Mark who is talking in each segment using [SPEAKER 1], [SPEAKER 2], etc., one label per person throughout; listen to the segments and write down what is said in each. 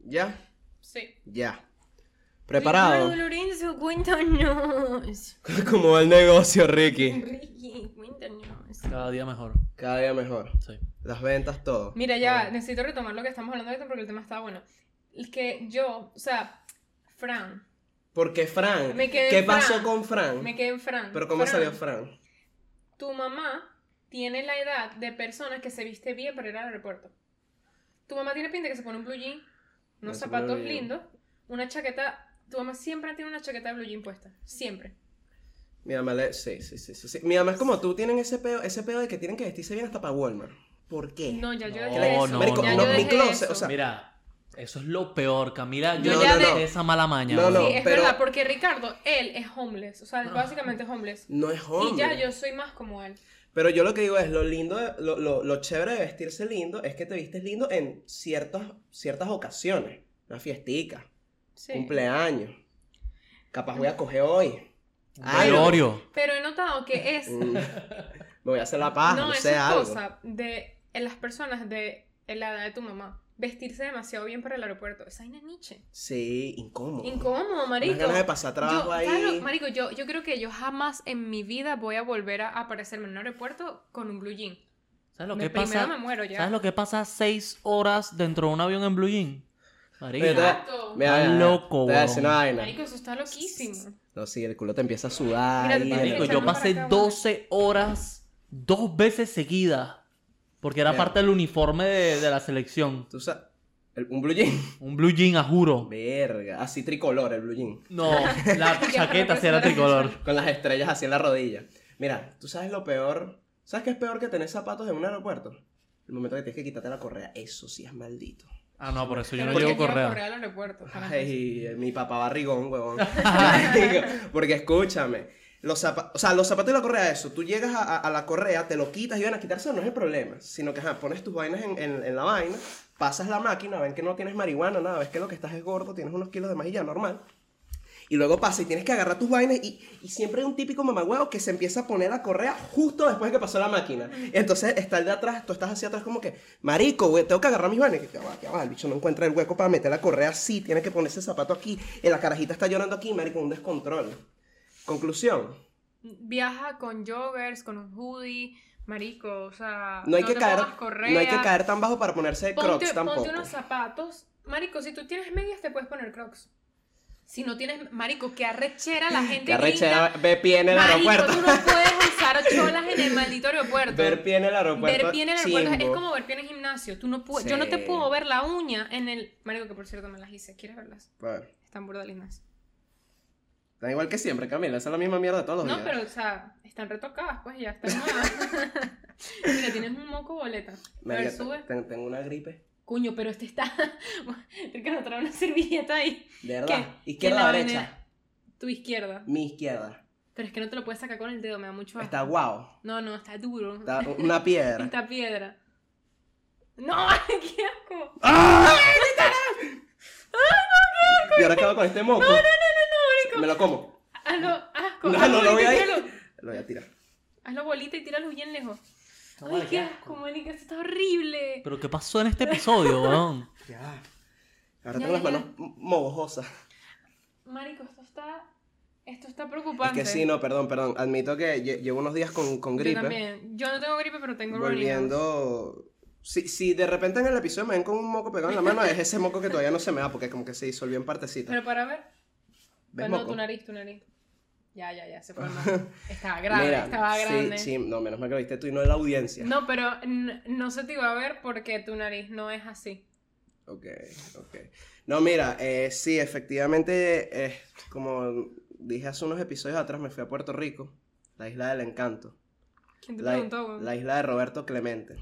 [SPEAKER 1] ¿Ya?
[SPEAKER 2] Sí.
[SPEAKER 1] Ya. ¿Preparado?
[SPEAKER 3] Ricardo Lorenzo, cuéntanos.
[SPEAKER 1] ¿Cómo va el negocio, Ricky?
[SPEAKER 3] Ricky, cuéntanos.
[SPEAKER 4] Cada día mejor.
[SPEAKER 1] Cada día mejor.
[SPEAKER 4] Sí.
[SPEAKER 1] Las ventas, todo.
[SPEAKER 2] Mira, ya, necesito retomar lo que estamos hablando ahorita porque el tema estaba bueno. Es que yo, o sea, Fran,
[SPEAKER 1] Porque Fran,
[SPEAKER 2] Me quedé
[SPEAKER 1] ¿qué
[SPEAKER 2] en
[SPEAKER 1] pasó
[SPEAKER 2] Fran.
[SPEAKER 1] con Fran?
[SPEAKER 2] me quedé en Fran.
[SPEAKER 1] Pero ¿cómo
[SPEAKER 2] Fran,
[SPEAKER 1] salió Fran?
[SPEAKER 2] Tu mamá tiene la edad de personas que se viste bien para ir al aeropuerto. Tu mamá tiene pinta que se pone un blue jean, unos
[SPEAKER 1] se pone
[SPEAKER 2] zapatos
[SPEAKER 1] blue jean.
[SPEAKER 2] lindos, una chaqueta. Tu mamá siempre tiene una chaqueta de blue jean puesta. Siempre.
[SPEAKER 1] Mi mamá le... Sí, sí, sí, sí, sí. Mi mamá es como tú, tienen ese pedo, ese pedo de que tienen que vestirse bien hasta para Walmart. ¿Por qué?
[SPEAKER 2] No, ya yo
[SPEAKER 4] No,
[SPEAKER 2] dejé
[SPEAKER 4] no,
[SPEAKER 2] eso.
[SPEAKER 4] no,
[SPEAKER 1] Marico,
[SPEAKER 2] ya
[SPEAKER 4] no,
[SPEAKER 2] yo
[SPEAKER 4] mi
[SPEAKER 2] dejé
[SPEAKER 1] closet,
[SPEAKER 2] eso.
[SPEAKER 1] o sea,
[SPEAKER 4] Mira, eso es lo peor, Camila. Yo
[SPEAKER 2] No,
[SPEAKER 4] ya
[SPEAKER 2] no, no.
[SPEAKER 4] dejé esa mala maña.
[SPEAKER 1] No,
[SPEAKER 4] bro.
[SPEAKER 1] no.
[SPEAKER 2] Sí, es
[SPEAKER 1] pero- Ah.
[SPEAKER 2] verdad, porque Ricardo, él es homeless. O sea, él básicamente es homeless.
[SPEAKER 1] No es hombre.
[SPEAKER 2] Y ya yo soy más como él.
[SPEAKER 1] Pero yo lo que digo es, lo lindo, de- lo, lo- lo chévere de vestirse lindo es que te vistes lindo en ciertas, ciertas ocasiones. Una fiestica,
[SPEAKER 2] Sí.
[SPEAKER 1] cumpleaños. Capaz voy a coger hoy.
[SPEAKER 4] Ay,
[SPEAKER 1] Algo.
[SPEAKER 4] Oreo.
[SPEAKER 2] Pero he notado que es.
[SPEAKER 1] Mm. Me voy a hacer la paja, no,
[SPEAKER 2] no,
[SPEAKER 1] sé,
[SPEAKER 2] esa es
[SPEAKER 1] algo.
[SPEAKER 2] cosa de en las personas de en la edad de tu mamá. Vestirse demasiado bien para el aeropuerto. Esa vaina es niche.
[SPEAKER 1] Sí, incómodo.
[SPEAKER 2] Incómodo,
[SPEAKER 1] Unas
[SPEAKER 2] marico.
[SPEAKER 1] ganas de pasar trabajo
[SPEAKER 2] Yo-
[SPEAKER 1] ahí.
[SPEAKER 2] claro, marico, yo, yo creo que yo jamás en mi vida voy a volver a aparecerme en un aeropuerto con un blue jean.
[SPEAKER 4] ¿Sabes lo
[SPEAKER 2] Me-
[SPEAKER 4] que
[SPEAKER 2] primero
[SPEAKER 4] pasa?
[SPEAKER 2] me muero ya.
[SPEAKER 4] ¿Sabes lo que pasa seis horas dentro de un avión en Blue Jean?
[SPEAKER 1] Mira, te-
[SPEAKER 4] Marica.
[SPEAKER 2] Exacto.
[SPEAKER 1] mira, mira,
[SPEAKER 4] Estás
[SPEAKER 1] mira,
[SPEAKER 4] loco,
[SPEAKER 1] te voy a decir
[SPEAKER 4] weón.
[SPEAKER 1] una vaina.
[SPEAKER 2] Marico, eso está loquísimo.
[SPEAKER 1] No, sí, el culo te empieza a sudar.
[SPEAKER 2] Mira,
[SPEAKER 1] ahí,
[SPEAKER 2] tú tienes
[SPEAKER 4] Marico,
[SPEAKER 2] que
[SPEAKER 1] el-
[SPEAKER 4] yo
[SPEAKER 2] echarme para
[SPEAKER 4] pasé
[SPEAKER 2] acá,
[SPEAKER 4] 12 horas dos veces seguidas. Porque era
[SPEAKER 1] Mira.
[SPEAKER 4] parte del uniforme de, de la selección.
[SPEAKER 1] Tú sabes, el- un blue jean.
[SPEAKER 4] Un blue jean, a juro.
[SPEAKER 1] Verga, así tricolor el blue jean.
[SPEAKER 4] No, la chaqueta sí era tricolor.
[SPEAKER 1] Con las estrellas así en la rodilla. Mira, tú sabes lo peor. ¿Sabes qué es peor que tener zapatos en un aeropuerto? El momento que tienes que quitarte la correa. Eso sí es maldito.
[SPEAKER 4] Ah, no, por eso yo
[SPEAKER 2] Pero
[SPEAKER 4] no
[SPEAKER 2] ¿por qué
[SPEAKER 4] llevo
[SPEAKER 2] llevas
[SPEAKER 4] correa.
[SPEAKER 2] al aeropuerto. Para que-
[SPEAKER 1] Ay, mi papá barrigón, huevón. Marico, Porque escúchame. Los zapa- o sea, los zapatos y la correa, eso. Tú llegas a, a- a la correa, te lo quitas y van a quitarse, no es el problema. Sino que ajá, pones tus vainas en, en- en la vaina, pasas la máquina, ven que no tienes marihuana, nada, ves que lo que estás es gordo, tienes unos kilos de más y ya, normal. Y luego pasa y tienes que agarrar tus vainas y, y siempre hay un típico mamagüevo que se empieza a poner la correa justo después de que pasó la máquina. Y entonces está el de atrás, tú estás hacia atrás como que, marico, güey, tengo que agarrar mis vainas. Y que, ya va, ya va, el bicho no encuentra el hueco para meter la correa así, tiene que ponerse el zapato aquí. Y la carajita está llorando aquí, marico, un descontrol. Conclusión,
[SPEAKER 2] Viaja con joggers, con un hoodie, marico, o sea,
[SPEAKER 1] no hay, que
[SPEAKER 2] te
[SPEAKER 1] caer,
[SPEAKER 2] pongas correa.
[SPEAKER 1] no hay que caer tan bajo para ponerse
[SPEAKER 2] Ponte-
[SPEAKER 1] crocs tampoco.
[SPEAKER 2] Ponte unos zapatos. Marico, si tú tienes medias, te puedes poner crocs. Si no tienes, marico, que arrechera la gente
[SPEAKER 1] Que arrechera
[SPEAKER 2] gringa.
[SPEAKER 1] ver pie en el
[SPEAKER 2] marico,
[SPEAKER 1] aeropuerto.
[SPEAKER 2] tú no puedes usar cholas en el maldito aeropuerto.
[SPEAKER 1] Ver pie en el aeropuerto.
[SPEAKER 2] Ver pie en el aeropuerto es
[SPEAKER 1] chimbo.
[SPEAKER 2] como ver pie en el gimnasio. Tú no puedes, Yo no te
[SPEAKER 1] Sí.
[SPEAKER 2] puedo ver la uña en el... Marico, que por cierto me las hice. ¿Quieres verlas?
[SPEAKER 1] Bueno,
[SPEAKER 2] Están burda lindas.
[SPEAKER 1] Pues, da igual que siempre, Camila, esa es la misma mierda todos los
[SPEAKER 2] No,
[SPEAKER 1] días.
[SPEAKER 2] pero, o sea, están retocadas, pues ya están nuevas. Mira, tienes un moco boleta. A
[SPEAKER 1] Marica,
[SPEAKER 2] ver, sube.
[SPEAKER 1] ten- tengo una gripe.
[SPEAKER 2] Cuño, pero este está... Ricardo, trae una servilleta ahí.
[SPEAKER 1] De verdad.
[SPEAKER 2] ¿Qué?
[SPEAKER 1] Izquierda
[SPEAKER 2] ¿Quién la
[SPEAKER 1] derecha.
[SPEAKER 2] vende? Tu izquierda.
[SPEAKER 1] Mi izquierda.
[SPEAKER 2] Pero es que no te lo puedes sacar con el dedo, me da mucho asco.
[SPEAKER 1] Está guau.
[SPEAKER 2] No, no, está duro.
[SPEAKER 1] Está una piedra.
[SPEAKER 2] Está piedra. No, qué asco.
[SPEAKER 1] Y ahora acabo con este moco. No, no, no, no, Me lo como.
[SPEAKER 2] Hazlo, asco.
[SPEAKER 1] No,
[SPEAKER 2] hazlo
[SPEAKER 1] no lo voy
[SPEAKER 2] bolita y
[SPEAKER 1] a
[SPEAKER 2] tíralo.
[SPEAKER 1] Lo voy a tirar.
[SPEAKER 2] Hazlo bolita y tíralo bien lejos. Ay,
[SPEAKER 4] Toma,
[SPEAKER 2] qué
[SPEAKER 4] qué
[SPEAKER 2] asco, marica, esto está horrible.
[SPEAKER 4] Pero ¿qué pasó en este episodio, weón?
[SPEAKER 1] Ya. Ahora
[SPEAKER 2] Ya,
[SPEAKER 1] tengo las
[SPEAKER 2] ya, ya.
[SPEAKER 1] manos m- mogojosas.
[SPEAKER 2] Marico, esto está... Esto está
[SPEAKER 1] Es
[SPEAKER 2] preocupante.
[SPEAKER 1] que sí, no, perdón, perdón. Admito que lle- llevo unos días con, con gripe.
[SPEAKER 2] Yo también. Yo no tengo gripe, pero tengo runny
[SPEAKER 1] Volviendo. Si, si de repente en el episodio me ven con un moco pegado en la mano, es ese moco que todavía no se me da porque como que se disolvió en
[SPEAKER 2] nose.
[SPEAKER 1] partecitas.
[SPEAKER 2] Pero para ver.
[SPEAKER 1] ¿Ves
[SPEAKER 2] Ah, no,
[SPEAKER 1] moco?
[SPEAKER 2] tu nariz, tu nariz. Ya, ya, ya, se fue. el moco. Estaba grave,
[SPEAKER 1] Mira,
[SPEAKER 2] estaba
[SPEAKER 1] sí,
[SPEAKER 2] grande.
[SPEAKER 1] Sí, no, menos mal que lo viste tú y no la audiencia.
[SPEAKER 2] No, pero n- no se te iba a ver porque tu nariz no es así.
[SPEAKER 1] Ok, ok. No, mira, eh, sí, efectivamente, eh, como dije hace unos episodios atrás, me fui a Puerto Rico, la isla del encanto.
[SPEAKER 2] ¿Quién te
[SPEAKER 1] La,
[SPEAKER 2] preguntó? weón?
[SPEAKER 1] la isla de Roberto Clemente.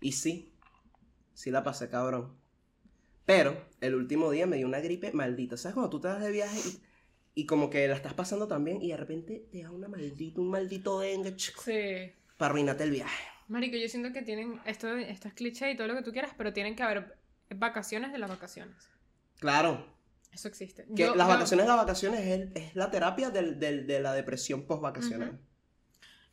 [SPEAKER 1] Y sí, sí la pasé cabrón. Pero el último día me dio una gripe maldita. ¿Sabes cuando tú te vas de viaje y, y como que la estás pasando también y de repente te da una maldita, un maldito dengue chico,
[SPEAKER 2] Sí.
[SPEAKER 1] para arruinarte el viaje?
[SPEAKER 2] Marico, yo siento que tienen. Esto, esto es cliché y todo lo que tú quieras, pero tienen que haber vacaciones de las vacaciones.
[SPEAKER 1] Claro,
[SPEAKER 2] Eso existe.
[SPEAKER 1] que
[SPEAKER 2] Yo-
[SPEAKER 1] las
[SPEAKER 2] yo-
[SPEAKER 1] vacaciones de las vacaciones es, el- es la terapia del, del- de la depresión post-vacacional.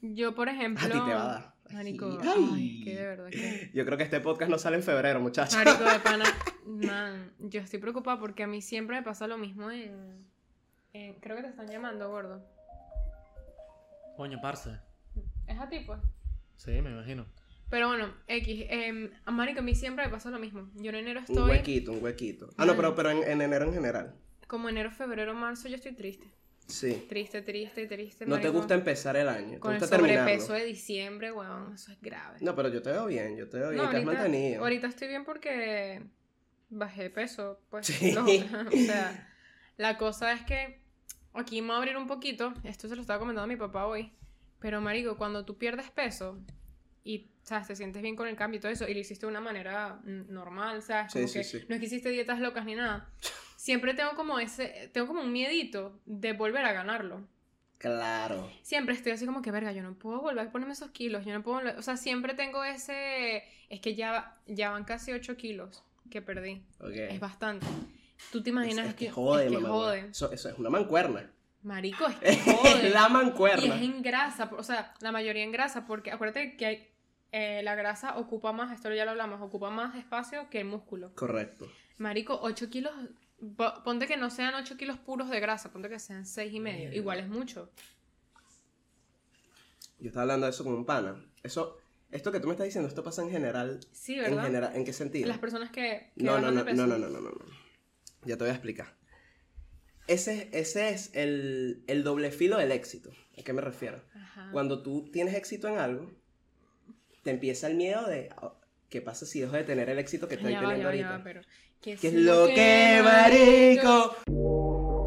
[SPEAKER 2] Ujú. Yo, por ejemplo.
[SPEAKER 1] A ti te va a dar.
[SPEAKER 2] Marico,
[SPEAKER 1] Ay.
[SPEAKER 2] ay, que de Ah, verdad que.
[SPEAKER 1] Yo creo que este podcast no sale en febrero, muchachos.
[SPEAKER 2] Marico de pana. Man, yo estoy preocupada porque a mí siempre me pasa lo mismo en... en- creo que te están llamando, gordo.
[SPEAKER 4] Coño, parce.
[SPEAKER 2] Es a ti, pues.
[SPEAKER 4] Sí, me imagino.
[SPEAKER 2] Pero bueno, X. Eh, a Marico, a mí siempre me pasa lo mismo. Yo en enero
[SPEAKER 1] Un
[SPEAKER 2] estoy...
[SPEAKER 1] huequito, un huequito. Ah, no, pero, pero en, en enero en general.
[SPEAKER 2] Como enero, febrero, marzo, yo estoy triste.
[SPEAKER 1] Sí.
[SPEAKER 2] Triste, triste, triste.
[SPEAKER 1] No te
[SPEAKER 2] Este marico.
[SPEAKER 1] gusta empezar el año.
[SPEAKER 2] Con
[SPEAKER 1] te
[SPEAKER 2] el
[SPEAKER 1] gusta terminarlo.
[SPEAKER 2] sobrepeso de diciembre, weón. Eso es grave.
[SPEAKER 1] No, pero yo te veo bien, yo te veo bien.
[SPEAKER 2] No,
[SPEAKER 1] te has mantenido.
[SPEAKER 2] ahorita estoy bien porque bajé de peso, pues.
[SPEAKER 1] Sí.
[SPEAKER 2] no, o sea, la cosa es que aquí me voy a abrir un poquito. Esto se lo estaba comentando a mi papá hoy. Pero, marico, cuando tú pierdes peso y, sabes, te sientes bien con el cambio y todo eso, y lo hiciste de una manera mm, normal, sabes,
[SPEAKER 1] Sí,
[SPEAKER 2] como
[SPEAKER 1] sí,
[SPEAKER 2] que
[SPEAKER 1] sí.
[SPEAKER 2] no es que hiciste dietas locas ni nada. Siempre tengo como ese, tengo como un miedito de volver a ganarlo.
[SPEAKER 1] Claro.
[SPEAKER 2] Siempre estoy así como que, verga, yo no puedo volver a ponerme esos kilos, yo no puedo volver-". O sea, siempre tengo ese... Es que ya, ya van casi 8 kilos que perdí.
[SPEAKER 1] Ok.
[SPEAKER 2] Es bastante. ¿Tú te
[SPEAKER 1] Es-
[SPEAKER 2] imaginas
[SPEAKER 1] es que
[SPEAKER 2] que
[SPEAKER 1] jode,
[SPEAKER 2] es que
[SPEAKER 1] mamá,
[SPEAKER 2] jode.
[SPEAKER 1] güey. Eso, eso es una mancuerna.
[SPEAKER 2] Marico, es que jode.
[SPEAKER 1] Es la
[SPEAKER 2] y
[SPEAKER 1] mancuerna.
[SPEAKER 2] es en grasa, o sea, la mayoría en grasa, porque acuérdate que hay- eh, la grasa ocupa más, esto ya lo hablamos, ocupa más espacio que el músculo.
[SPEAKER 1] Correcto.
[SPEAKER 2] Marico, 8 kilos... po- Ponte que no sean 8 kilos puros de grasa, ponte que sean seis y medio. Igual es mucho.
[SPEAKER 1] Yo estaba hablando de eso con un pana. Eso, esto que tú me estás diciendo, esto pasa en general.
[SPEAKER 2] Sí,
[SPEAKER 1] ¿En
[SPEAKER 2] ¿verdad?
[SPEAKER 1] general? ¿En qué sentido?
[SPEAKER 2] Las personas que. que
[SPEAKER 1] No, no,
[SPEAKER 2] bajan de
[SPEAKER 1] no,
[SPEAKER 2] peso.
[SPEAKER 1] no, no, no, no, no, no. Ya te voy a explicar. Ese, ese es el, el doble filo del éxito. ¿A qué me refiero?
[SPEAKER 2] Ajá.
[SPEAKER 1] Cuando tú tienes éxito en algo, te empieza el miedo de oh, qué pasa si dejo de tener el éxito que estoy
[SPEAKER 2] Ya va,
[SPEAKER 1] teniendo
[SPEAKER 2] ya va, ya
[SPEAKER 1] ahorita.
[SPEAKER 2] va, pero. ¿Qué
[SPEAKER 1] ¿Qué es lo que, marico?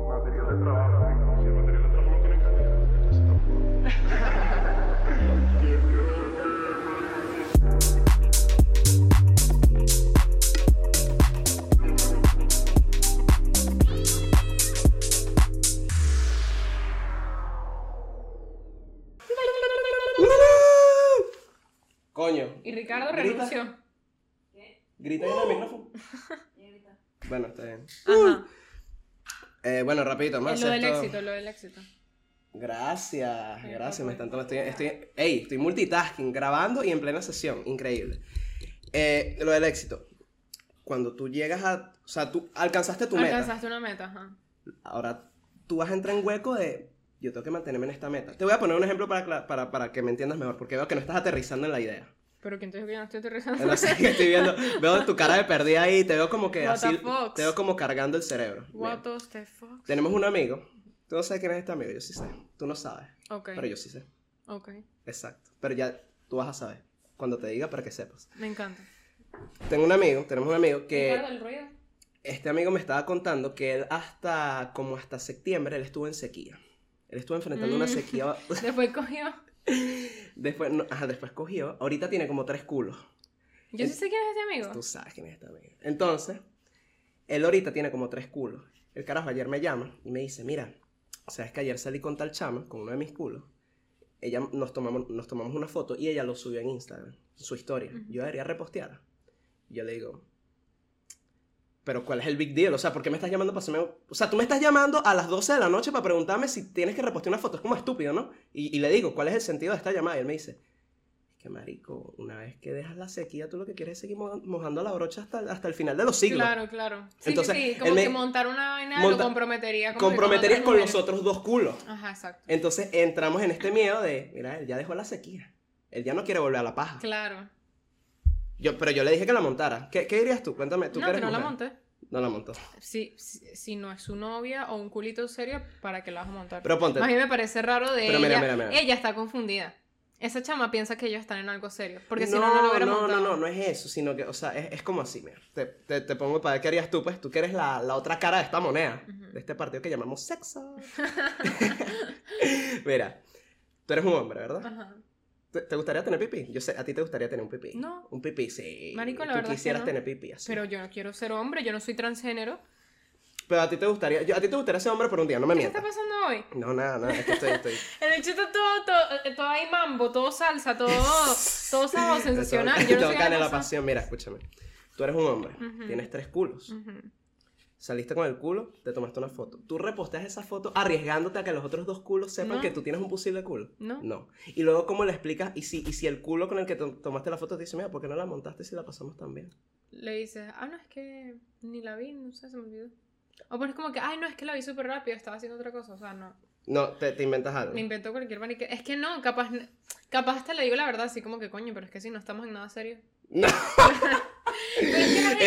[SPEAKER 5] material de trabajo, si el material de trabajo no tiene calidad, entonces tampoco.
[SPEAKER 1] Coño.
[SPEAKER 2] Y Ricardo
[SPEAKER 1] Grita.
[SPEAKER 2] renunció.
[SPEAKER 1] Grita en el micrófono. Bueno, está bien.
[SPEAKER 2] Ajá.
[SPEAKER 1] Eh, bueno, rapidito, Uh, más.
[SPEAKER 2] lo del éxito, lo del éxito.
[SPEAKER 1] Gracias,
[SPEAKER 2] Ay,
[SPEAKER 1] gracias.
[SPEAKER 2] papá.
[SPEAKER 1] Me están tomando. Estoy, estoy, ey, estoy multitasking, grabando y en plena sesión. Increíble. Eh, lo del éxito. Cuando tú llegas a. O sea, tú alcanzaste tu meta.
[SPEAKER 2] Alcanzaste una meta, ajá.
[SPEAKER 1] Ahora tú vas a entrar en hueco de. Yo tengo que mantenerme en esta meta. Te voy a poner un ejemplo para, cla- para, para que me entiendas mejor, porque veo que no estás aterrizando en la idea.
[SPEAKER 2] Pero que entonces yo no estoy aterrizando.
[SPEAKER 1] No sé qué estoy viendo. Veo tu cara de perdida ahí, te veo como que
[SPEAKER 2] What
[SPEAKER 1] así.
[SPEAKER 2] the fuck?
[SPEAKER 1] Te veo como cargando el cerebro.
[SPEAKER 2] What
[SPEAKER 1] Bien.
[SPEAKER 2] does the fuck?
[SPEAKER 1] Tenemos un amigo. Tú no sabes quién es este amigo, yo sí sé. Tú no sabes,
[SPEAKER 2] Ok.
[SPEAKER 1] pero yo sí sé.
[SPEAKER 2] Ok.
[SPEAKER 1] Exacto. Pero ya tú vas a saber. Cuando te diga para que sepas.
[SPEAKER 2] Me encanta.
[SPEAKER 1] Tengo un amigo, tenemos un amigo
[SPEAKER 2] Ricardo,
[SPEAKER 1] que
[SPEAKER 2] el ruido.
[SPEAKER 1] este amigo me estaba contando que él hasta como hasta septiembre él estuvo en sequía. Él estuvo enfrentando una
[SPEAKER 2] Mm.
[SPEAKER 1] sequía.
[SPEAKER 2] Después cogió.
[SPEAKER 1] después, no, ajá, después cogió. Ahorita tiene como tres culos.
[SPEAKER 2] Yo sí sé quién es este amigo.
[SPEAKER 1] Tú sabes quién es este amigo. Entonces, él ahorita tiene como tres culos. El carajo ayer me llama y me dice, mira, sabes que ayer salí con tal chama, con uno de mis culos. Ella nos tomamos, nos tomamos una foto y ella lo subió en Instagram, su historia.
[SPEAKER 2] Ujú.
[SPEAKER 1] Yo debería repostearla. Yo le digo, pero ¿cuál es el big deal? O sea, ¿por qué me estás llamando para hacerme... O sea, tú me estás llamando a las 12 de la noche para preguntarme si tienes que repostear una foto. Es como estúpido, ¿no? Y, y le digo, ¿cuál es el sentido de esta llamada? Y él me dice, es que marico, una vez que dejas la sequía, tú lo que quieres es seguir mo- mojando la brocha hasta, hasta el final de los siglos.
[SPEAKER 2] Claro, claro. Sí,
[SPEAKER 1] Entonces,
[SPEAKER 2] sí, sí.
[SPEAKER 1] él
[SPEAKER 2] Como
[SPEAKER 1] me-
[SPEAKER 2] que montar una vaina
[SPEAKER 1] monta-
[SPEAKER 2] lo comprometería. Como que
[SPEAKER 1] Comprometerías con
[SPEAKER 2] otras
[SPEAKER 1] los otros dos culos.
[SPEAKER 2] mujeres. Ajá, exacto.
[SPEAKER 1] Entonces entramos en este miedo de, mira, él ya dejó la sequía. Él ya no quiere volver a la paja.
[SPEAKER 2] Claro.
[SPEAKER 1] Yo, pero yo le dije que la montara. ¿Qué, qué dirías tú? Cuéntame, tú
[SPEAKER 2] No,
[SPEAKER 1] que
[SPEAKER 2] que
[SPEAKER 1] eres
[SPEAKER 2] no la
[SPEAKER 1] mujer.
[SPEAKER 2] monté.
[SPEAKER 1] No la montó.
[SPEAKER 2] si, si, si no es su novia o un culito serio, ¿para qué la vas a montar?
[SPEAKER 1] Pero ponte.
[SPEAKER 2] Más bien me parece raro de
[SPEAKER 1] Pero
[SPEAKER 2] ella.
[SPEAKER 1] mira, mira, mira.
[SPEAKER 2] Ella está confundida. Esa chama piensa que ellos están en algo serio. Porque
[SPEAKER 1] no,
[SPEAKER 2] si no, no lo hubiera
[SPEAKER 1] no,
[SPEAKER 2] montado.
[SPEAKER 1] no, no, no es eso, sino que, o sea, es, es como así, mira. Te, te, te pongo para ver qué harías tú, pues, tú que eres la, la otra cara de esta moneda,
[SPEAKER 2] Ujú.
[SPEAKER 1] de este partido que llamamos sexo. mira, tú eres un hombre, ¿verdad?
[SPEAKER 2] Ajá.
[SPEAKER 1] ¿Te, te gustaría tener pipí? Yo sé, a ti te gustaría tener un pipí.
[SPEAKER 2] No.
[SPEAKER 1] Un pipí, sí.
[SPEAKER 2] Marico, la
[SPEAKER 1] Tú
[SPEAKER 2] verdad es que
[SPEAKER 1] quisieras
[SPEAKER 2] no.
[SPEAKER 1] tener pipí, así. Pero,
[SPEAKER 2] Pero yo no quiero ser hombre, yo no soy transgénero.
[SPEAKER 1] a ti te gustaría, yo- a ti te gustaría ser hombre por un día, no me
[SPEAKER 2] ¿Qué está
[SPEAKER 1] mientas.
[SPEAKER 2] pasando hoy?
[SPEAKER 1] No, nada, nada, es que estoy, estoy...
[SPEAKER 2] El hecho está todo, todo, todo ahí mambo, todo salsa, todo, todo sabor sensacional. Yo no
[SPEAKER 1] Tengo
[SPEAKER 2] soy
[SPEAKER 1] ganas de la
[SPEAKER 2] ganosa.
[SPEAKER 1] pasión, mira, escúchame. Tú eres un hombre,
[SPEAKER 2] Ujú.
[SPEAKER 1] tienes tres culos.
[SPEAKER 2] Ujú.
[SPEAKER 1] Saliste con el culo, te tomaste una foto. Tú reposteas esa foto arriesgándote a que los otros dos culos sepan
[SPEAKER 2] No.
[SPEAKER 1] que tú tienes un posible culo.
[SPEAKER 2] No.
[SPEAKER 1] No. Y luego, ¿cómo le explicas? Y si, y si el culo con el que to- tomaste la foto te dice, mira, ¿por qué no la montaste si la pasamos tan bien?
[SPEAKER 2] le dices, ah, no, es que ni la vi, no sé, se me olvidó. O pones como que, ay, no, es que la vi súper rápido, estaba haciendo otra cosa, o sea, no.
[SPEAKER 1] No, te, te inventas algo.
[SPEAKER 2] Me inventó cualquier manique. Es que no, capaz, capaz hasta le digo la verdad, así como que coño, pero es que si no estamos en nada serio.
[SPEAKER 1] No.
[SPEAKER 2] Pero es que gente,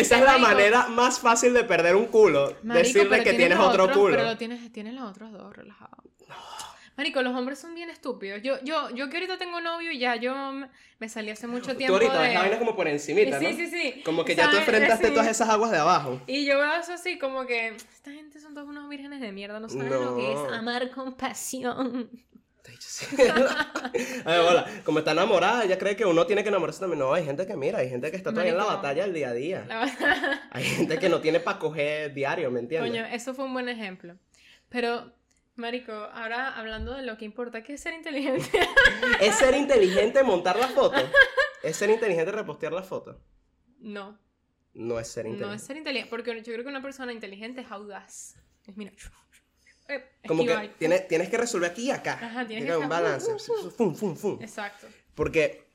[SPEAKER 1] Esa es la
[SPEAKER 2] marico,
[SPEAKER 1] manera más fácil de perder un culo.
[SPEAKER 2] marico,
[SPEAKER 1] decirle
[SPEAKER 2] pero
[SPEAKER 1] que tienes
[SPEAKER 2] los
[SPEAKER 1] otro,
[SPEAKER 2] otros-
[SPEAKER 1] culo.
[SPEAKER 2] Pero lo tienes, tienes los otros dos relajados. Marico, los hombres son bien estúpidos. Yo, yo, yo que ahorita tengo novio y ya yo m- me salí hace mucho
[SPEAKER 1] Tú
[SPEAKER 2] tiempo.
[SPEAKER 1] ahorita
[SPEAKER 2] de...
[SPEAKER 1] ves la vaina como por encimita,
[SPEAKER 2] sí,
[SPEAKER 1] ¿no?
[SPEAKER 2] sí, sí.
[SPEAKER 1] Como que ya tú
[SPEAKER 2] ¿Sabes?
[SPEAKER 1] enfrentaste
[SPEAKER 2] Sí.
[SPEAKER 1] todas esas aguas de abajo.
[SPEAKER 2] Y yo veo eso así, como que esta gente son todos unos vírgenes de mierda, no saben lo que es
[SPEAKER 1] No.
[SPEAKER 2] amar con pasión.
[SPEAKER 1] A ver, hola. Como está enamorada, ella cree que uno tiene que enamorarse también. No, hay gente que mira, hay gente que está todavía en la
[SPEAKER 2] Marico.
[SPEAKER 1] batalla del día a día.
[SPEAKER 2] La verdad.
[SPEAKER 1] Hay gente que no tiene para coger diario, ¿me entiendes?
[SPEAKER 2] Coño, eso fue un buen ejemplo. Pero, Marico, ahora hablando de lo que importa, que es ser inteligente.
[SPEAKER 1] Es ser inteligente montar la foto. Es ser inteligente repostear la foto.
[SPEAKER 2] No,
[SPEAKER 1] No es ser inteligente.
[SPEAKER 2] no es ser inteligente. Porque yo creo que una persona inteligente es audaz. Es mira. eh,
[SPEAKER 1] Como que
[SPEAKER 2] esquivar.
[SPEAKER 1] tiene- tienes que resolver aquí y acá.
[SPEAKER 2] Ajá,
[SPEAKER 1] Tiene
[SPEAKER 2] tienes que
[SPEAKER 1] un
[SPEAKER 2] estar-
[SPEAKER 1] balance. Fum, fum, fum.
[SPEAKER 2] Exacto.
[SPEAKER 1] Porque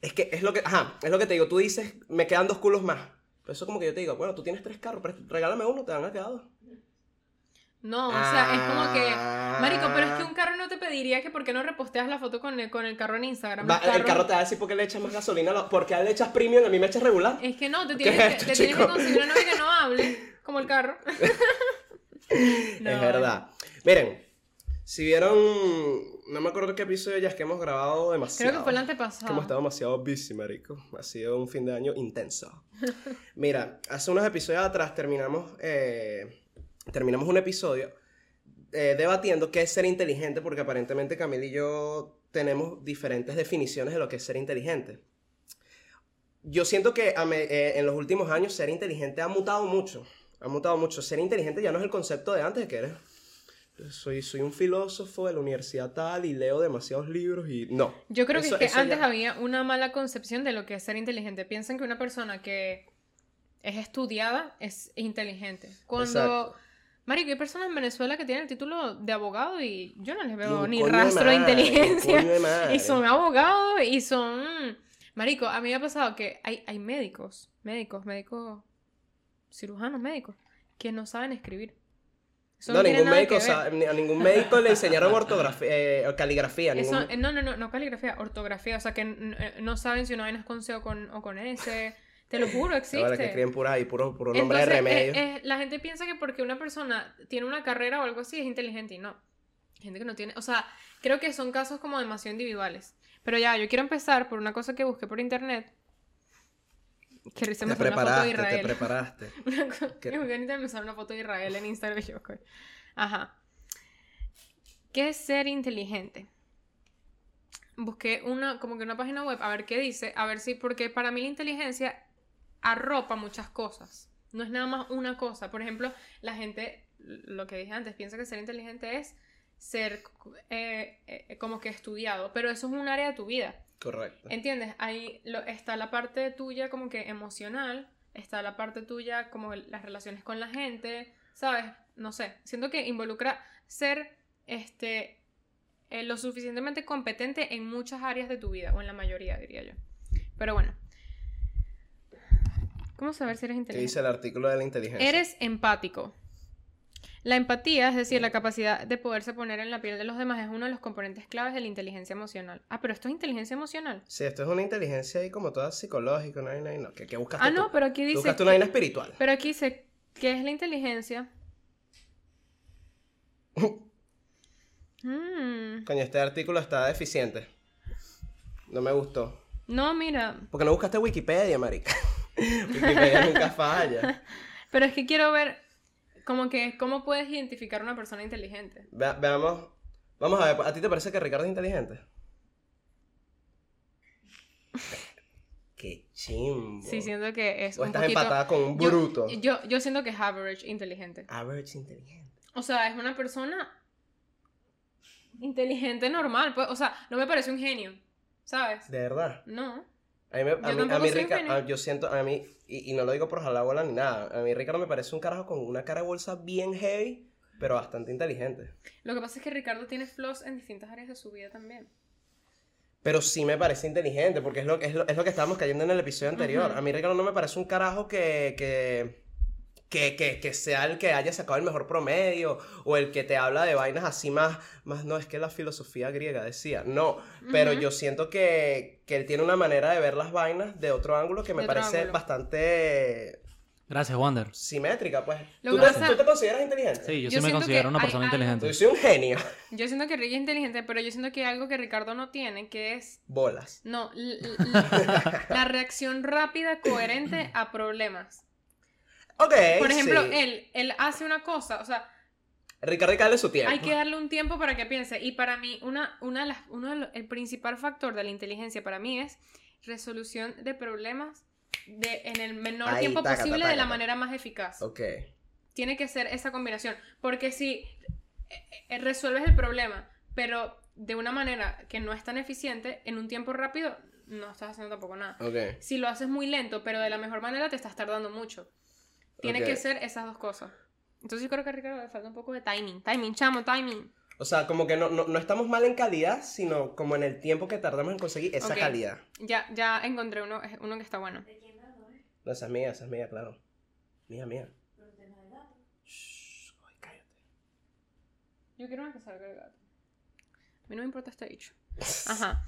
[SPEAKER 1] es que es lo que, ajá, es lo que te digo. Tú dices, me quedan dos culos más. Pero eso como que yo te digo, bueno, tú tienes tres carros, pero regálame uno, te van a quedar dos.
[SPEAKER 2] No, o sea, es como que.
[SPEAKER 1] Ah.
[SPEAKER 2] Marico, pero es que un carro no te pediría que por qué no reposteas la foto con el, con el carro en Instagram.
[SPEAKER 1] Va,
[SPEAKER 2] Los carros-
[SPEAKER 1] El carro te va a decir por qué le echas más gasolina, a la- por qué a él le echas premium y a mí me echas regular.
[SPEAKER 2] Es que no, te
[SPEAKER 1] ¿Qué
[SPEAKER 2] tienes,
[SPEAKER 1] es
[SPEAKER 2] que,
[SPEAKER 1] esto,
[SPEAKER 2] te tienes que
[SPEAKER 1] chico?
[SPEAKER 2] conseguir una novia que no hable, como el carro. No,
[SPEAKER 1] es verdad. Miren, si vieron, no me acuerdo qué episodio ya es que hemos grabado demasiado.
[SPEAKER 2] Creo que fue el
[SPEAKER 1] Es
[SPEAKER 2] antepasado.
[SPEAKER 1] que hemos estado demasiado busy, marico. Ha sido un fin de año intenso. Mira, hace unos episodios atrás terminamos, eh, terminamos un episodio eh, debatiendo qué es ser inteligente, porque aparentemente Camila y yo tenemos diferentes definiciones de lo que es ser inteligente. Yo siento que a me- eh, en los últimos años ser inteligente ha mutado mucho. Ha mutado mucho. Ser inteligente ya no es el concepto de antes de que eres. Soy, soy un filósofo de la universidad tal y leo demasiados libros y. No.
[SPEAKER 2] Yo creo
[SPEAKER 1] Eso-
[SPEAKER 2] que es
[SPEAKER 1] eso
[SPEAKER 2] que antes
[SPEAKER 1] ya-
[SPEAKER 2] había una mala concepción de lo que es ser inteligente. Piensan que una persona que es estudiada es inteligente. Cuando.
[SPEAKER 1] Exacto.
[SPEAKER 2] Marico, hay personas en Venezuela que tienen el título de abogado y yo no les veo
[SPEAKER 1] un
[SPEAKER 2] ni
[SPEAKER 1] coño de
[SPEAKER 2] rastro de
[SPEAKER 1] madre, un
[SPEAKER 2] inteligencia.
[SPEAKER 1] coño de madre.
[SPEAKER 2] Y son abogados y son. Marico, a mí me ha pasado que hay, hay médicos, médicos, médicos, cirujanos, médicos, que no saben escribir. Eso
[SPEAKER 1] no,
[SPEAKER 2] tiene
[SPEAKER 1] ningún
[SPEAKER 2] nada
[SPEAKER 1] médico
[SPEAKER 2] que ver.
[SPEAKER 1] sabe- ni- a ningún médico le enseñaron ortografía, eh, caligrafía.
[SPEAKER 2] Eso-
[SPEAKER 1] ningún-
[SPEAKER 2] eh, no, no, no, no caligrafía, ortografía. O sea, que n- eh, no saben si una vaina es con C o con, o con S. Te lo juro, existe.
[SPEAKER 1] Ahora que escriben pura y puro, puro nombre de
[SPEAKER 2] Entonces, eh,
[SPEAKER 1] remedio.
[SPEAKER 2] eh, la gente piensa que porque una persona tiene una carrera o algo así es inteligente y no. Hay Gente que no tiene. O sea, creo que son casos como demasiado individuales. Pero ya, yo quiero empezar por una cosa que busqué por internet. Que risa me
[SPEAKER 1] te
[SPEAKER 2] salió una foto
[SPEAKER 1] preparaste,
[SPEAKER 2] de
[SPEAKER 1] te
[SPEAKER 2] Israel.
[SPEAKER 1] preparaste.
[SPEAKER 2] Una co-
[SPEAKER 1] ¿Qué?
[SPEAKER 2] Me voy a ahorita a empezar una foto de Israel en Instagram y yo, co- Ajá. ¿Qué es ser inteligente? Busqué una, como que una página web a ver qué dice, a ver si, porque para mí la inteligencia arropa muchas cosas. No es nada más una cosa. Por ejemplo, la gente, lo que dije antes, piensa que ser inteligente es ser eh, eh, como que estudiado, pero eso es un área de tu vida.
[SPEAKER 1] Correcto.
[SPEAKER 2] ¿Entiendes? Ahí lo, está la parte tuya como que emocional, está la parte tuya como el- las relaciones con la gente, ¿sabes? No sé, siento que involucra ser este eh, lo suficientemente competente en muchas áreas de tu vida, o en la mayoría, diría yo. Pero bueno. ¿Cómo saber si eres
[SPEAKER 1] ¿Qué
[SPEAKER 2] inteligente?
[SPEAKER 1] dice el artículo de la inteligencia?
[SPEAKER 2] Eres empático. La empatía, es decir, la capacidad de poderse poner en la piel de los demás, es uno de los componentes claves de la inteligencia emocional. Ah, pero esto es inteligencia emocional.
[SPEAKER 1] Sí, esto es una inteligencia ahí como toda psicológica, no, no, no. ¿Qué, qué buscaste
[SPEAKER 2] Ah,
[SPEAKER 1] tú?
[SPEAKER 2] no, pero aquí
[SPEAKER 1] Tú
[SPEAKER 2] dice.
[SPEAKER 1] buscaste una vaina espiritual.
[SPEAKER 2] Pero aquí dice, ¿qué es la inteligencia? Mm,
[SPEAKER 1] Coño, este artículo está deficiente. No me gustó.
[SPEAKER 2] No, mira.
[SPEAKER 1] Porque no buscaste Wikipedia, marica. Wikipedia nunca falla.
[SPEAKER 2] Pero es que quiero ver como que cómo puedes identificar a una persona inteligente.
[SPEAKER 1] Vea- veamos. Vamos a ver, ¿a ti te parece que Ricardo es inteligente? Qué chimbo.
[SPEAKER 2] Sí, siento que es
[SPEAKER 1] O
[SPEAKER 2] un
[SPEAKER 1] estás
[SPEAKER 2] poquito-
[SPEAKER 1] empatada con un
[SPEAKER 2] Yo-
[SPEAKER 1] bruto.
[SPEAKER 2] Yo, yo, siento que es average inteligente.
[SPEAKER 1] Average inteligente.
[SPEAKER 2] O sea, es una persona inteligente normal, pues, o sea, no me parece un genio, ¿sabes?
[SPEAKER 1] De verdad.
[SPEAKER 2] No.
[SPEAKER 1] A mí, me- a
[SPEAKER 2] Yo
[SPEAKER 1] mí- a
[SPEAKER 2] tampoco
[SPEAKER 1] mí
[SPEAKER 2] soy
[SPEAKER 1] Rica-
[SPEAKER 2] genio.
[SPEAKER 1] a- yo siento, a mí, y, y no lo digo por jalar bola ni nada, a mí Ricardo me parece un carajo con una cara de bolsa bien heavy, pero bastante inteligente.
[SPEAKER 2] Lo que pasa es que Ricardo tiene flaws en distintas áreas de su vida también.
[SPEAKER 1] Pero sí me parece inteligente, porque es lo, es lo, es lo que estábamos cayendo en el episodio anterior. A mí Ricardo no me parece un carajo que, que, que, que, que sea el que haya sacado el mejor promedio o el que te habla de vainas así más, más no, es que la filosofía griega decía, no, pero yo siento que, que él tiene una manera de ver las vainas de otro ángulo que me
[SPEAKER 2] De otro
[SPEAKER 1] parece
[SPEAKER 2] ángulo.
[SPEAKER 1] bastante
[SPEAKER 4] Gracias, Wander.
[SPEAKER 1] simétrica, pues.
[SPEAKER 2] Lo
[SPEAKER 1] ¿Tú,
[SPEAKER 2] que
[SPEAKER 1] te,
[SPEAKER 2] pasa-
[SPEAKER 1] tú te consideras inteligente?
[SPEAKER 4] Sí, yo,
[SPEAKER 2] Yo
[SPEAKER 4] sí me
[SPEAKER 2] siento que
[SPEAKER 4] considero una
[SPEAKER 2] hay
[SPEAKER 4] persona
[SPEAKER 2] algo-
[SPEAKER 4] inteligente.
[SPEAKER 1] Yo soy un genio.
[SPEAKER 2] Yo siento que Ricky es inteligente, pero yo siento que hay algo que Ricardo no tiene, que es
[SPEAKER 1] Bolas.
[SPEAKER 2] No, l- l- la, reacción rápida, coherente a problemas.
[SPEAKER 1] Ok,
[SPEAKER 2] Por ejemplo, eh,
[SPEAKER 1] sí.
[SPEAKER 2] él, él hace una cosa, o sea,
[SPEAKER 1] Ricardo hay que darle su tiempo.
[SPEAKER 2] hay que darle un tiempo para que piense. Y para mí, una, una de las- uno de los- el principal factor de la inteligencia para mí es resolución de problemas de, en el menor
[SPEAKER 1] Ahí,
[SPEAKER 2] tiempo
[SPEAKER 1] tácata,
[SPEAKER 2] posible de la
[SPEAKER 1] tácata.
[SPEAKER 2] manera más eficaz.
[SPEAKER 1] Ok.
[SPEAKER 2] Tiene que ser esa combinación, porque si eh, eh, resuelves el problema, pero de una manera que no es tan eficiente, en un tiempo rápido, no estás haciendo tampoco nada.
[SPEAKER 1] Ok.
[SPEAKER 2] Si lo haces muy lento, pero de la mejor manera te estás tardando mucho. Tiene
[SPEAKER 1] Ok.
[SPEAKER 2] que ser esas dos cosas. Entonces yo creo que a Ricardo le falta un poco de timing. Timing, chamo, timing.
[SPEAKER 1] O sea, como que no, no, no estamos mal en calidad, sino como en el tiempo que tardamos en conseguir esa
[SPEAKER 2] Ok.
[SPEAKER 1] calidad.
[SPEAKER 2] Ya, ya encontré uno, uno que está bueno.
[SPEAKER 1] No, esa es mía, esa es mía, claro. Mía, mía. Shh, ay, cállate.
[SPEAKER 2] Yo quiero una que salga el gato. A mí no me importa este dicho. Ajá.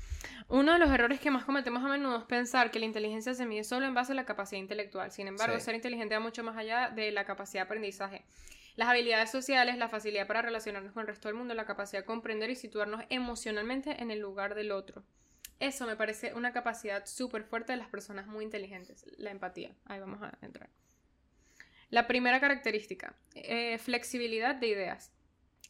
[SPEAKER 2] Uno de los errores que más cometemos a menudo es pensar que la inteligencia se mide solo en base a la capacidad intelectual. Sin embargo,
[SPEAKER 1] Sí.
[SPEAKER 2] ser inteligente va mucho más allá de la capacidad de aprendizaje. Las habilidades sociales, la facilidad para relacionarnos con el resto del mundo, la capacidad de comprender y situarnos emocionalmente en el lugar del otro. Eso me parece una capacidad súper fuerte de las personas muy inteligentes, la empatía. Ahí vamos a entrar. La primera característica, eh, flexibilidad de ideas.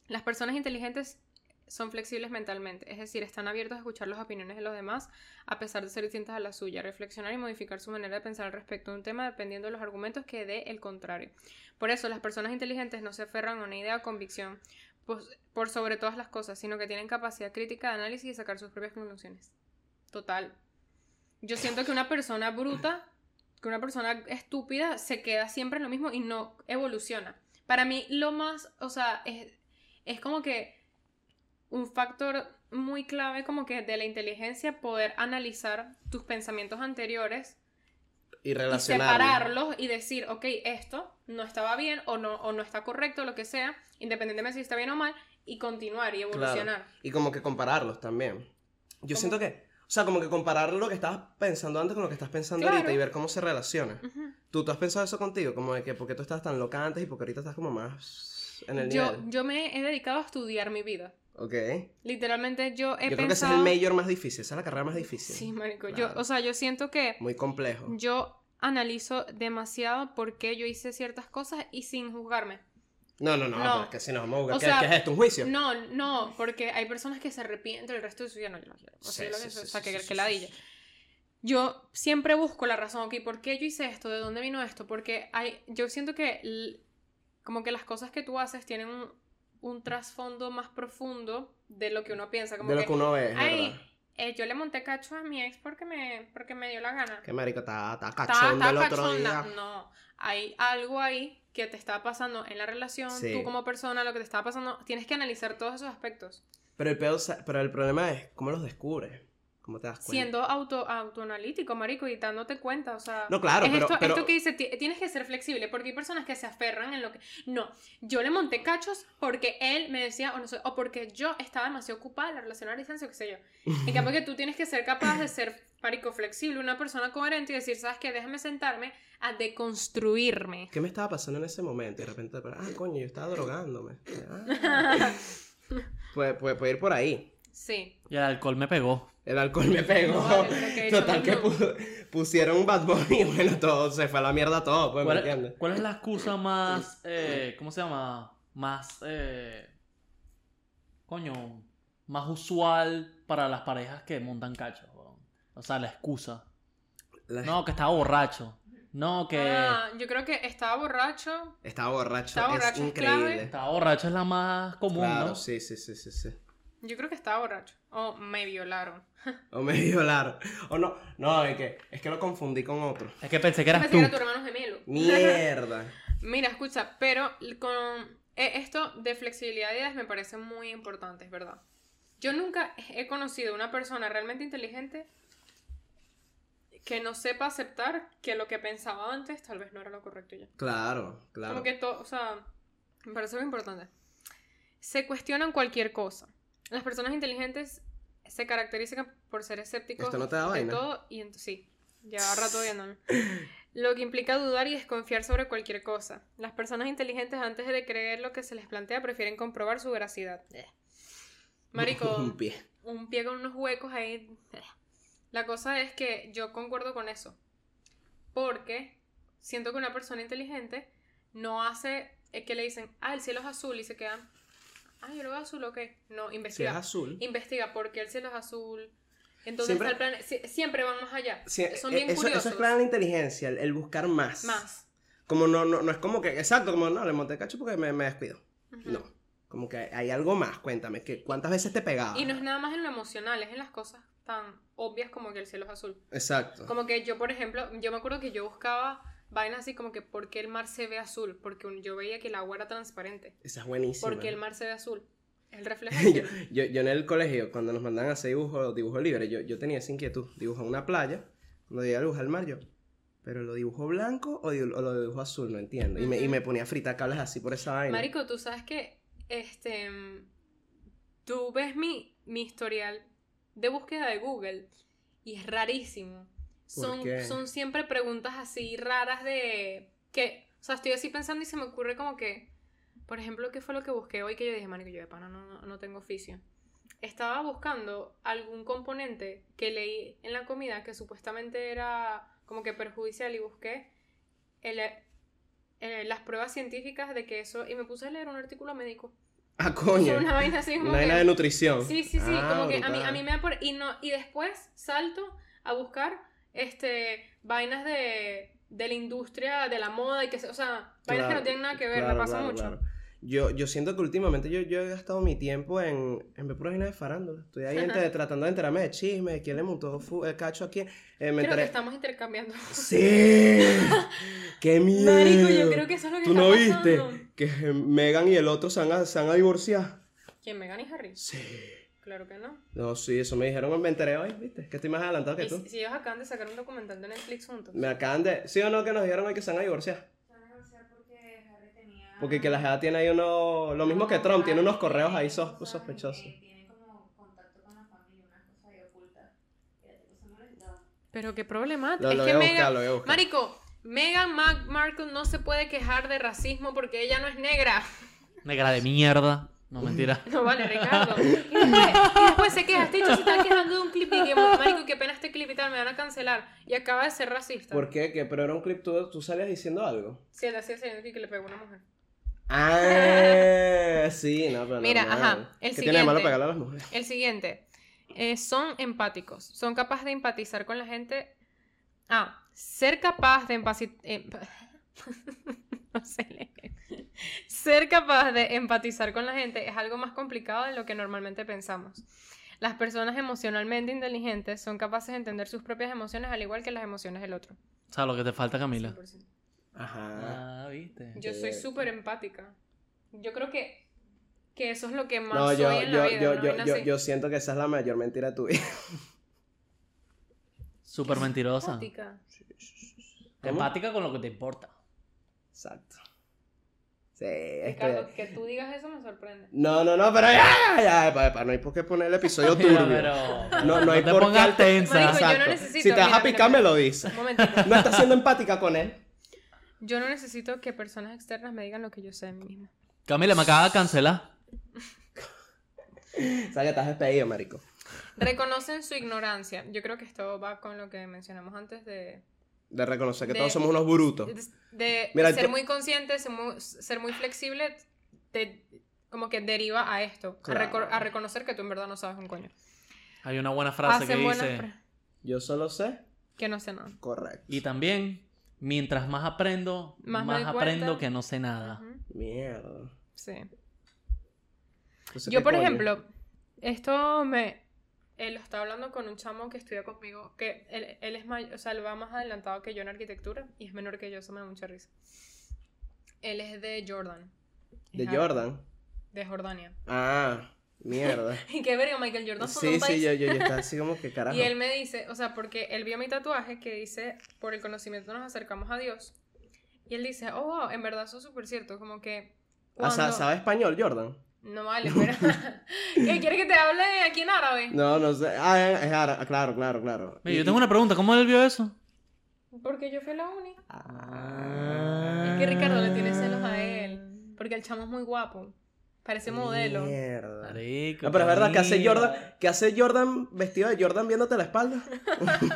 [SPEAKER 2] Las personas inteligentes son flexibles mentalmente, es decir, están abiertos a escuchar las opiniones de los demás a pesar de ser distintas a la suya, reflexionar y modificar su manera de pensar al respecto de un tema dependiendo de los argumentos que dé el contrario. Por eso, las personas inteligentes no se aferran a una idea o convicción pos- por sobre todas las cosas, sino que tienen capacidad crítica de análisis y sacar sus propias conclusiones. Total. Yo siento que una persona bruta, que una persona estúpida, se queda siempre en lo mismo y no evoluciona. Para mí, lo más, o sea, es, es como que un factor muy clave como que de la inteligencia poder analizar tus pensamientos anteriores
[SPEAKER 1] Y
[SPEAKER 2] y
[SPEAKER 1] relacionarlo.
[SPEAKER 2] separarlos y decir, ok, esto no estaba bien o no, o no está correcto, lo que sea, independientemente si está bien o mal, y continuar y evolucionar.
[SPEAKER 1] Y como que compararlos también. Yo
[SPEAKER 2] ¿Cómo?
[SPEAKER 1] siento que, o sea, como que comparar lo que estabas pensando antes con lo que estás pensando
[SPEAKER 2] Claro.
[SPEAKER 1] ahorita y ver cómo se relaciona.
[SPEAKER 2] Ujú.
[SPEAKER 1] ¿Tú, tú has pensado eso contigo? Como de que porque tú estabas tan loca antes y porque ahorita estás como más en el
[SPEAKER 2] Yo,
[SPEAKER 1] nivel.
[SPEAKER 2] yo me he dedicado a estudiar mi vida.
[SPEAKER 1] Ok.
[SPEAKER 2] Literalmente yo he
[SPEAKER 1] yo creo que ese es
[SPEAKER 2] pensado...
[SPEAKER 1] el mayor más difícil, esa es la carrera más difícil.
[SPEAKER 2] Sí, marico.
[SPEAKER 1] Claro.
[SPEAKER 2] Yo, o sea, yo siento que
[SPEAKER 1] Muy complejo.
[SPEAKER 2] yo analizo demasiado por qué yo hice ciertas cosas y sin juzgarme.
[SPEAKER 1] No, no, no,
[SPEAKER 2] No.
[SPEAKER 1] pero es que si nos vamos a buscar.
[SPEAKER 2] O
[SPEAKER 1] ¿Qué,
[SPEAKER 2] sea,
[SPEAKER 1] qué es esto? ¿Un juicio?
[SPEAKER 2] No, no, porque hay personas que se arrepienten el resto de su vida. No, yo no quiero. O sea,
[SPEAKER 1] Sí,
[SPEAKER 2] yo lo
[SPEAKER 1] sí,
[SPEAKER 2] que
[SPEAKER 1] sí,
[SPEAKER 2] o sea,
[SPEAKER 1] sí,
[SPEAKER 2] que,
[SPEAKER 1] sí,
[SPEAKER 2] que
[SPEAKER 1] sí,
[SPEAKER 2] ladilla.
[SPEAKER 1] sí, sí.
[SPEAKER 2] Yo siempre busco la razón, ok, ¿por qué yo hice esto? ¿De dónde vino esto? Porque hay, yo siento que l- como que las cosas que tú haces tienen un, un trasfondo más profundo de lo que uno piensa. Como
[SPEAKER 1] De lo
[SPEAKER 2] que,
[SPEAKER 1] que uno ve, es
[SPEAKER 2] ay,
[SPEAKER 1] ¿verdad?
[SPEAKER 2] eh, yo le monté cacho a mi ex porque me, porque me dio la gana.
[SPEAKER 1] Que marico, está, está
[SPEAKER 2] Está-
[SPEAKER 1] cachón
[SPEAKER 2] está
[SPEAKER 1] del otro
[SPEAKER 2] cachonda.
[SPEAKER 1] día.
[SPEAKER 2] No, hay algo ahí que te está pasando en la relación,
[SPEAKER 1] Sí.
[SPEAKER 2] tú como persona, lo que te está pasando, tienes que analizar todos esos aspectos.
[SPEAKER 1] Pero el, pedo, sa- pero el problema es, ¿cómo los descubres? ¿Cómo te das cuenta?
[SPEAKER 2] Siendo auto, autoanalítico, marico, y dándote cuenta, o sea...
[SPEAKER 1] No, claro,
[SPEAKER 2] es
[SPEAKER 1] pero-
[SPEAKER 2] esto,
[SPEAKER 1] pero-
[SPEAKER 2] esto que dice, ti- tienes que ser flexible, porque hay personas que se aferran en lo que... No, yo le monté cachos porque él me decía, o no sé, o porque yo estaba demasiado ocupada en la relación a distancia, o qué sé yo. En cambio que tú tienes que ser capaz de ser, marico, flexible, una persona coherente y decir, ¿sabes qué? Déjame sentarme a deconstruirme.
[SPEAKER 1] ¿Qué me estaba pasando en ese momento? Y de repente, ah, coño, yo estaba drogándome. Ah. puede, puede- puede ir por ahí.
[SPEAKER 2] Sí.
[SPEAKER 4] Y el alcohol me pegó.
[SPEAKER 1] El alcohol me pegó.
[SPEAKER 2] No, vale, lo que he hecho
[SPEAKER 1] Total que
[SPEAKER 2] más no.
[SPEAKER 1] pu- pusieron un Bad Bunny y bueno, todo, se fue a la mierda todo, pues, ¿me entiendes?
[SPEAKER 4] ¿Cuál, cuál es la excusa más. eh, ¿Cómo se llama? Más. eh, coño. Más usual para las parejas que montan cachos, weón? O sea, la excusa.
[SPEAKER 1] La-
[SPEAKER 4] No, que estaba borracho. No, que.
[SPEAKER 2] Ah, yo creo que estaba borracho.
[SPEAKER 1] Estaba borracho,
[SPEAKER 2] Estaba
[SPEAKER 1] es
[SPEAKER 2] borracho, es
[SPEAKER 1] increíble.
[SPEAKER 2] clave.
[SPEAKER 4] Estaba borracho es la más común,
[SPEAKER 1] Claro,
[SPEAKER 4] ¿no?
[SPEAKER 1] sí, sí, sí, sí, sí.
[SPEAKER 2] Yo creo que estaba borracho. O me violaron.
[SPEAKER 1] O me violaron. O no, no, es que, es que lo confundí con otro.
[SPEAKER 4] Es que pensé
[SPEAKER 2] Pensé
[SPEAKER 4] que eras
[SPEAKER 2] que
[SPEAKER 4] tú.
[SPEAKER 2] era tu hermano gemelo.
[SPEAKER 1] Mierda.
[SPEAKER 2] Mira, escucha, pero con eh, esto de flexibilidad de ideas me parece muy importante, es verdad. Yo nunca he conocido una persona realmente inteligente que no sepa aceptar que lo que pensaba antes tal vez no era lo correcto ya.
[SPEAKER 1] Claro, claro.
[SPEAKER 2] Como que todo, o sea, me parece muy importante. Se cuestionan cualquier cosa. Las personas inteligentes se caracterizan por ser escépticos
[SPEAKER 1] Esto no te da
[SPEAKER 2] de
[SPEAKER 1] vaina.
[SPEAKER 2] todo y entonces sí, lleva rato viéndome. Lo que implica dudar y desconfiar sobre cualquier cosa. Las personas inteligentes antes de creer lo que se les plantea prefieren comprobar su veracidad. Eh. Marico,
[SPEAKER 1] Un pie.
[SPEAKER 2] un pie con unos huecos ahí. La cosa es que yo concuerdo con eso. Porque siento que una persona inteligente no hace es que le dicen, ah, el cielo es azul y se quedan, ah, yo lo veo azul, ok. No,
[SPEAKER 1] Si es
[SPEAKER 2] investiga.
[SPEAKER 1] azul.
[SPEAKER 2] investiga por qué el cielo es azul. Entonces
[SPEAKER 1] Siempre-
[SPEAKER 2] está el plan- sie- siempre van más allá.
[SPEAKER 1] si-
[SPEAKER 2] Son
[SPEAKER 1] eh,
[SPEAKER 2] bien
[SPEAKER 1] eso,
[SPEAKER 2] curiosos.
[SPEAKER 1] eso es plan de inteligencia, el, el buscar más.
[SPEAKER 2] Más.
[SPEAKER 1] Como no, no, no es como que, exacto, como no, le monté cacho porque me, me descuido.
[SPEAKER 2] Ujú.
[SPEAKER 1] No. Como que hay algo más, cuéntame, que ¿cuántas veces te pegaba?
[SPEAKER 2] Y no es nada más en lo emocional, es en las cosas tan obvias como que el cielo es azul.
[SPEAKER 1] Exacto.
[SPEAKER 2] Como que yo, por ejemplo, yo me acuerdo que yo buscaba vainas así como que por qué el mar se ve azul, porque un- yo veía que el agua era transparente.
[SPEAKER 1] Esa es buenísima.
[SPEAKER 2] ¿Por qué el mar se ve azul? El reflejo. del
[SPEAKER 1] yo,
[SPEAKER 2] cielo.
[SPEAKER 1] yo, yo en el colegio, cuando nos mandaban a hacer dibujo, dibujo libre, yo, yo tenía esa inquietud. Dibujo una playa, cuando llegué a dibujar el mar, yo, ¿pero lo dibujo blanco o, di- o lo dibujo azul? No entiendo. Y me, y me ponía a fritar cables así por esa vaina.
[SPEAKER 2] Marico, tú sabes que este mm, tú ves mi, mi historial de búsqueda de Google y es rarísimo.
[SPEAKER 1] ¿Por
[SPEAKER 2] Son,
[SPEAKER 1] qué?
[SPEAKER 2] son siempre preguntas así raras de que, o sea, estoy así pensando y se me ocurre como que, por ejemplo, ¿qué fue lo que busqué hoy que yo dije, marico, yo de pana no, no, no tengo oficio? Estaba buscando algún componente que leí en la comida que supuestamente era como que perjudicial y busqué el, eh, las pruebas científicas de que eso y me puse a leer un artículo médico.
[SPEAKER 1] Ah,
[SPEAKER 2] Fue
[SPEAKER 1] coño.
[SPEAKER 2] una vaina así como
[SPEAKER 1] Una vaina
[SPEAKER 2] que-
[SPEAKER 1] de nutrición.
[SPEAKER 2] Sí, sí, sí,
[SPEAKER 1] Ah,
[SPEAKER 2] como que a mí,
[SPEAKER 1] brutal.
[SPEAKER 2] a mí me da por... Y, no, y después salto a buscar este, vainas de, de la industria, de la moda, y que, se- o sea, vainas que
[SPEAKER 1] Claro,
[SPEAKER 2] no tienen nada que ver,
[SPEAKER 1] claro,
[SPEAKER 2] me pasa
[SPEAKER 1] claro,
[SPEAKER 2] mucho.
[SPEAKER 1] claro. Yo, yo siento que últimamente yo, yo he gastado mi tiempo en, en ver puras vainas de farándula. Estoy ahí ente- tratando de enterarme de chisme, de quién le montó fu- el cacho aquí. Eh, me
[SPEAKER 2] Creo que
[SPEAKER 1] enteré-
[SPEAKER 2] estamos intercambiando.
[SPEAKER 1] ¡Sí! ¡Qué miedo!
[SPEAKER 2] Marico, yo creo que eso es lo que
[SPEAKER 1] ¿Tú
[SPEAKER 2] está
[SPEAKER 1] no viste
[SPEAKER 2] pasando.
[SPEAKER 1] que Megan y el otro se van a, se van a divorciar?
[SPEAKER 2] ¿Quién, Megan y Harry?
[SPEAKER 1] Sí.
[SPEAKER 2] Claro que no.
[SPEAKER 1] No, sí, eso me dijeron, me enteré hoy, ¿viste? Que estoy más adelantado que
[SPEAKER 2] Y
[SPEAKER 1] tú.
[SPEAKER 2] si, si ellos acaban de sacar un documental de Netflix juntos.
[SPEAKER 1] Me acaban de... ¿Sí o no que nos dijeron hoy que se van a divorciar?
[SPEAKER 6] porque Harry tenía.
[SPEAKER 1] Porque que la jada tiene ahí uno... Lo mismo que Trump, tiene unos correos ahí sos- sospechosos.
[SPEAKER 6] Tiene como contacto con la familia, unas cosas ahí ocultas. Fíjate, pues, se me olvidó.
[SPEAKER 2] Pero qué problemático.
[SPEAKER 1] Lo,
[SPEAKER 2] es
[SPEAKER 1] lo voy
[SPEAKER 2] que
[SPEAKER 1] a buscar,
[SPEAKER 2] Megan...
[SPEAKER 1] lo voy a buscar.
[SPEAKER 2] Marico, Megan Mac Markle no se puede quejar de racismo porque ella no es negra.
[SPEAKER 4] Negra de mierda. No, mentira.
[SPEAKER 2] No vale, Ricardo. Y después, y después se queja. Este hecho se está quejando de un clip y que, marico, qué pena este clip y tal, me van a cancelar. Y acaba de ser racista.
[SPEAKER 1] ¿Por qué? Que pero era un clip, tú, tú salías diciendo algo.
[SPEAKER 2] Sí, le hacía señal que le pegó a una mujer.
[SPEAKER 1] Ah, sí, no, pero
[SPEAKER 2] Mira,
[SPEAKER 1] normal.
[SPEAKER 2] ajá, el
[SPEAKER 1] ¿Qué tiene de malo
[SPEAKER 2] siguiente.
[SPEAKER 1] pegarle a las mujeres?
[SPEAKER 2] El siguiente. Eh, son empáticos. Son capaces de empatizar con la gente. Ah, ser capaz de empatizar... no sé leer. Ser capaz de empatizar con la gente es algo más complicado de lo que normalmente pensamos. Las personas emocionalmente inteligentes son capaces de entender sus propias emociones al igual que las emociones del otro.
[SPEAKER 4] O sea, lo que te falta, Camila.
[SPEAKER 2] 100%.
[SPEAKER 1] Ajá.
[SPEAKER 4] Ah, viste.
[SPEAKER 2] Yo soy
[SPEAKER 1] Correcto.
[SPEAKER 2] súper empática. Yo creo que, que eso es lo que más
[SPEAKER 1] No,
[SPEAKER 2] soy
[SPEAKER 1] yo,
[SPEAKER 2] en la
[SPEAKER 1] yo,
[SPEAKER 2] vida.
[SPEAKER 1] yo,
[SPEAKER 2] ¿no?
[SPEAKER 1] yo,
[SPEAKER 2] Vaina
[SPEAKER 1] yo,
[SPEAKER 2] así.
[SPEAKER 1] yo siento que esa es la mayor mentira de tu vida.
[SPEAKER 4] Súper mentirosa.
[SPEAKER 2] Empática.
[SPEAKER 1] ¿Cómo?
[SPEAKER 4] Empática con lo que te importa.
[SPEAKER 1] Exacto. Sí, es
[SPEAKER 2] Ricardo,
[SPEAKER 1] que...
[SPEAKER 2] que tú digas eso me sorprende.
[SPEAKER 1] No, no, no, pero ya, ya, epa, epa, no hay por qué poner el episodio turbio. No, no hay
[SPEAKER 4] te
[SPEAKER 1] por qué
[SPEAKER 4] pongas
[SPEAKER 1] alter-
[SPEAKER 4] tensa.
[SPEAKER 2] Marico, yo no
[SPEAKER 1] Exacto.
[SPEAKER 2] necesito,
[SPEAKER 1] Si te vas
[SPEAKER 2] mira,
[SPEAKER 1] a
[SPEAKER 2] mira,
[SPEAKER 1] picar, me
[SPEAKER 2] mira.
[SPEAKER 1] lo dices.
[SPEAKER 2] Un momentito.
[SPEAKER 1] No estás siendo empática con él.
[SPEAKER 2] Yo no necesito que personas externas me digan lo que yo sé de mí misma.
[SPEAKER 4] Camila, me acaba de cancelar.
[SPEAKER 1] O sea, que estás despedido, marico.
[SPEAKER 2] Reconocen su ignorancia. Yo creo que esto va con lo que mencionamos antes de,
[SPEAKER 1] De reconocer que
[SPEAKER 2] De-
[SPEAKER 1] todos somos unos brutos.
[SPEAKER 2] de, de
[SPEAKER 1] Mira,
[SPEAKER 2] ser
[SPEAKER 1] yo-
[SPEAKER 2] muy consciente, ser muy, ser muy flexible, te- como que deriva a esto, a
[SPEAKER 1] Claro.
[SPEAKER 2] recor- a, reconocer que tú en verdad no sabes un coño.
[SPEAKER 4] Hay una buena frase que
[SPEAKER 2] Hacen buenas
[SPEAKER 4] dice.
[SPEAKER 2] fra-
[SPEAKER 1] Yo solo sé,
[SPEAKER 2] que no sé nada.
[SPEAKER 1] correcto.
[SPEAKER 4] Y también, mientras más aprendo,
[SPEAKER 2] Más
[SPEAKER 4] más,
[SPEAKER 2] me doy cuenta.
[SPEAKER 4] aprendo que no sé nada.
[SPEAKER 2] Ujú,
[SPEAKER 1] Mierda.
[SPEAKER 2] Sí.
[SPEAKER 1] Entonces,
[SPEAKER 2] Yo,
[SPEAKER 1] ¿qué
[SPEAKER 2] por
[SPEAKER 1] coño?
[SPEAKER 2] ejemplo, esto me. eh, lo estaba hablando con un chamo que estudia conmigo, que él, él es mayor, o sea, él va más adelantado que yo en arquitectura y es menor que yo, eso me da mucha risa. Él es de Jordan.
[SPEAKER 1] De
[SPEAKER 2] Ajá,
[SPEAKER 1] Jordan.
[SPEAKER 2] De Jordania.
[SPEAKER 1] Ah, Mierda.
[SPEAKER 2] Y qué verga, Michael Jordan fundó
[SPEAKER 1] Sí,
[SPEAKER 2] un país.
[SPEAKER 1] sí, yo, yo, yo estaba así como que carajo.
[SPEAKER 2] Y él me dice, o sea, porque él vio mi tatuaje que dice, por el conocimiento nos acercamos a Dios. Y él dice, oh, wow, en verdad eso es súper cierto, como que...
[SPEAKER 1] Ah, sa-
[SPEAKER 2] cuando-
[SPEAKER 1] ¿Sabe español, Jordan?
[SPEAKER 2] No vale, pero... ¿Qué, ¿Quieres que te hable aquí en árabe?
[SPEAKER 1] No, no sé. Ah, es árabe. claro, claro, claro.
[SPEAKER 4] Mira, yo tengo una pregunta, ¿cómo él vio eso?
[SPEAKER 2] Porque yo fui a la uni.
[SPEAKER 1] Ah.
[SPEAKER 2] Es que Ricardo le tiene celos a él, porque el chamo es muy guapo. Parece modelo.
[SPEAKER 1] Mierda.
[SPEAKER 4] Marico.
[SPEAKER 1] No, Ah, pero es verdad que hace
[SPEAKER 4] mira,
[SPEAKER 1] Jordan, que hace Jordan vestido de Jordan viéndote la espalda.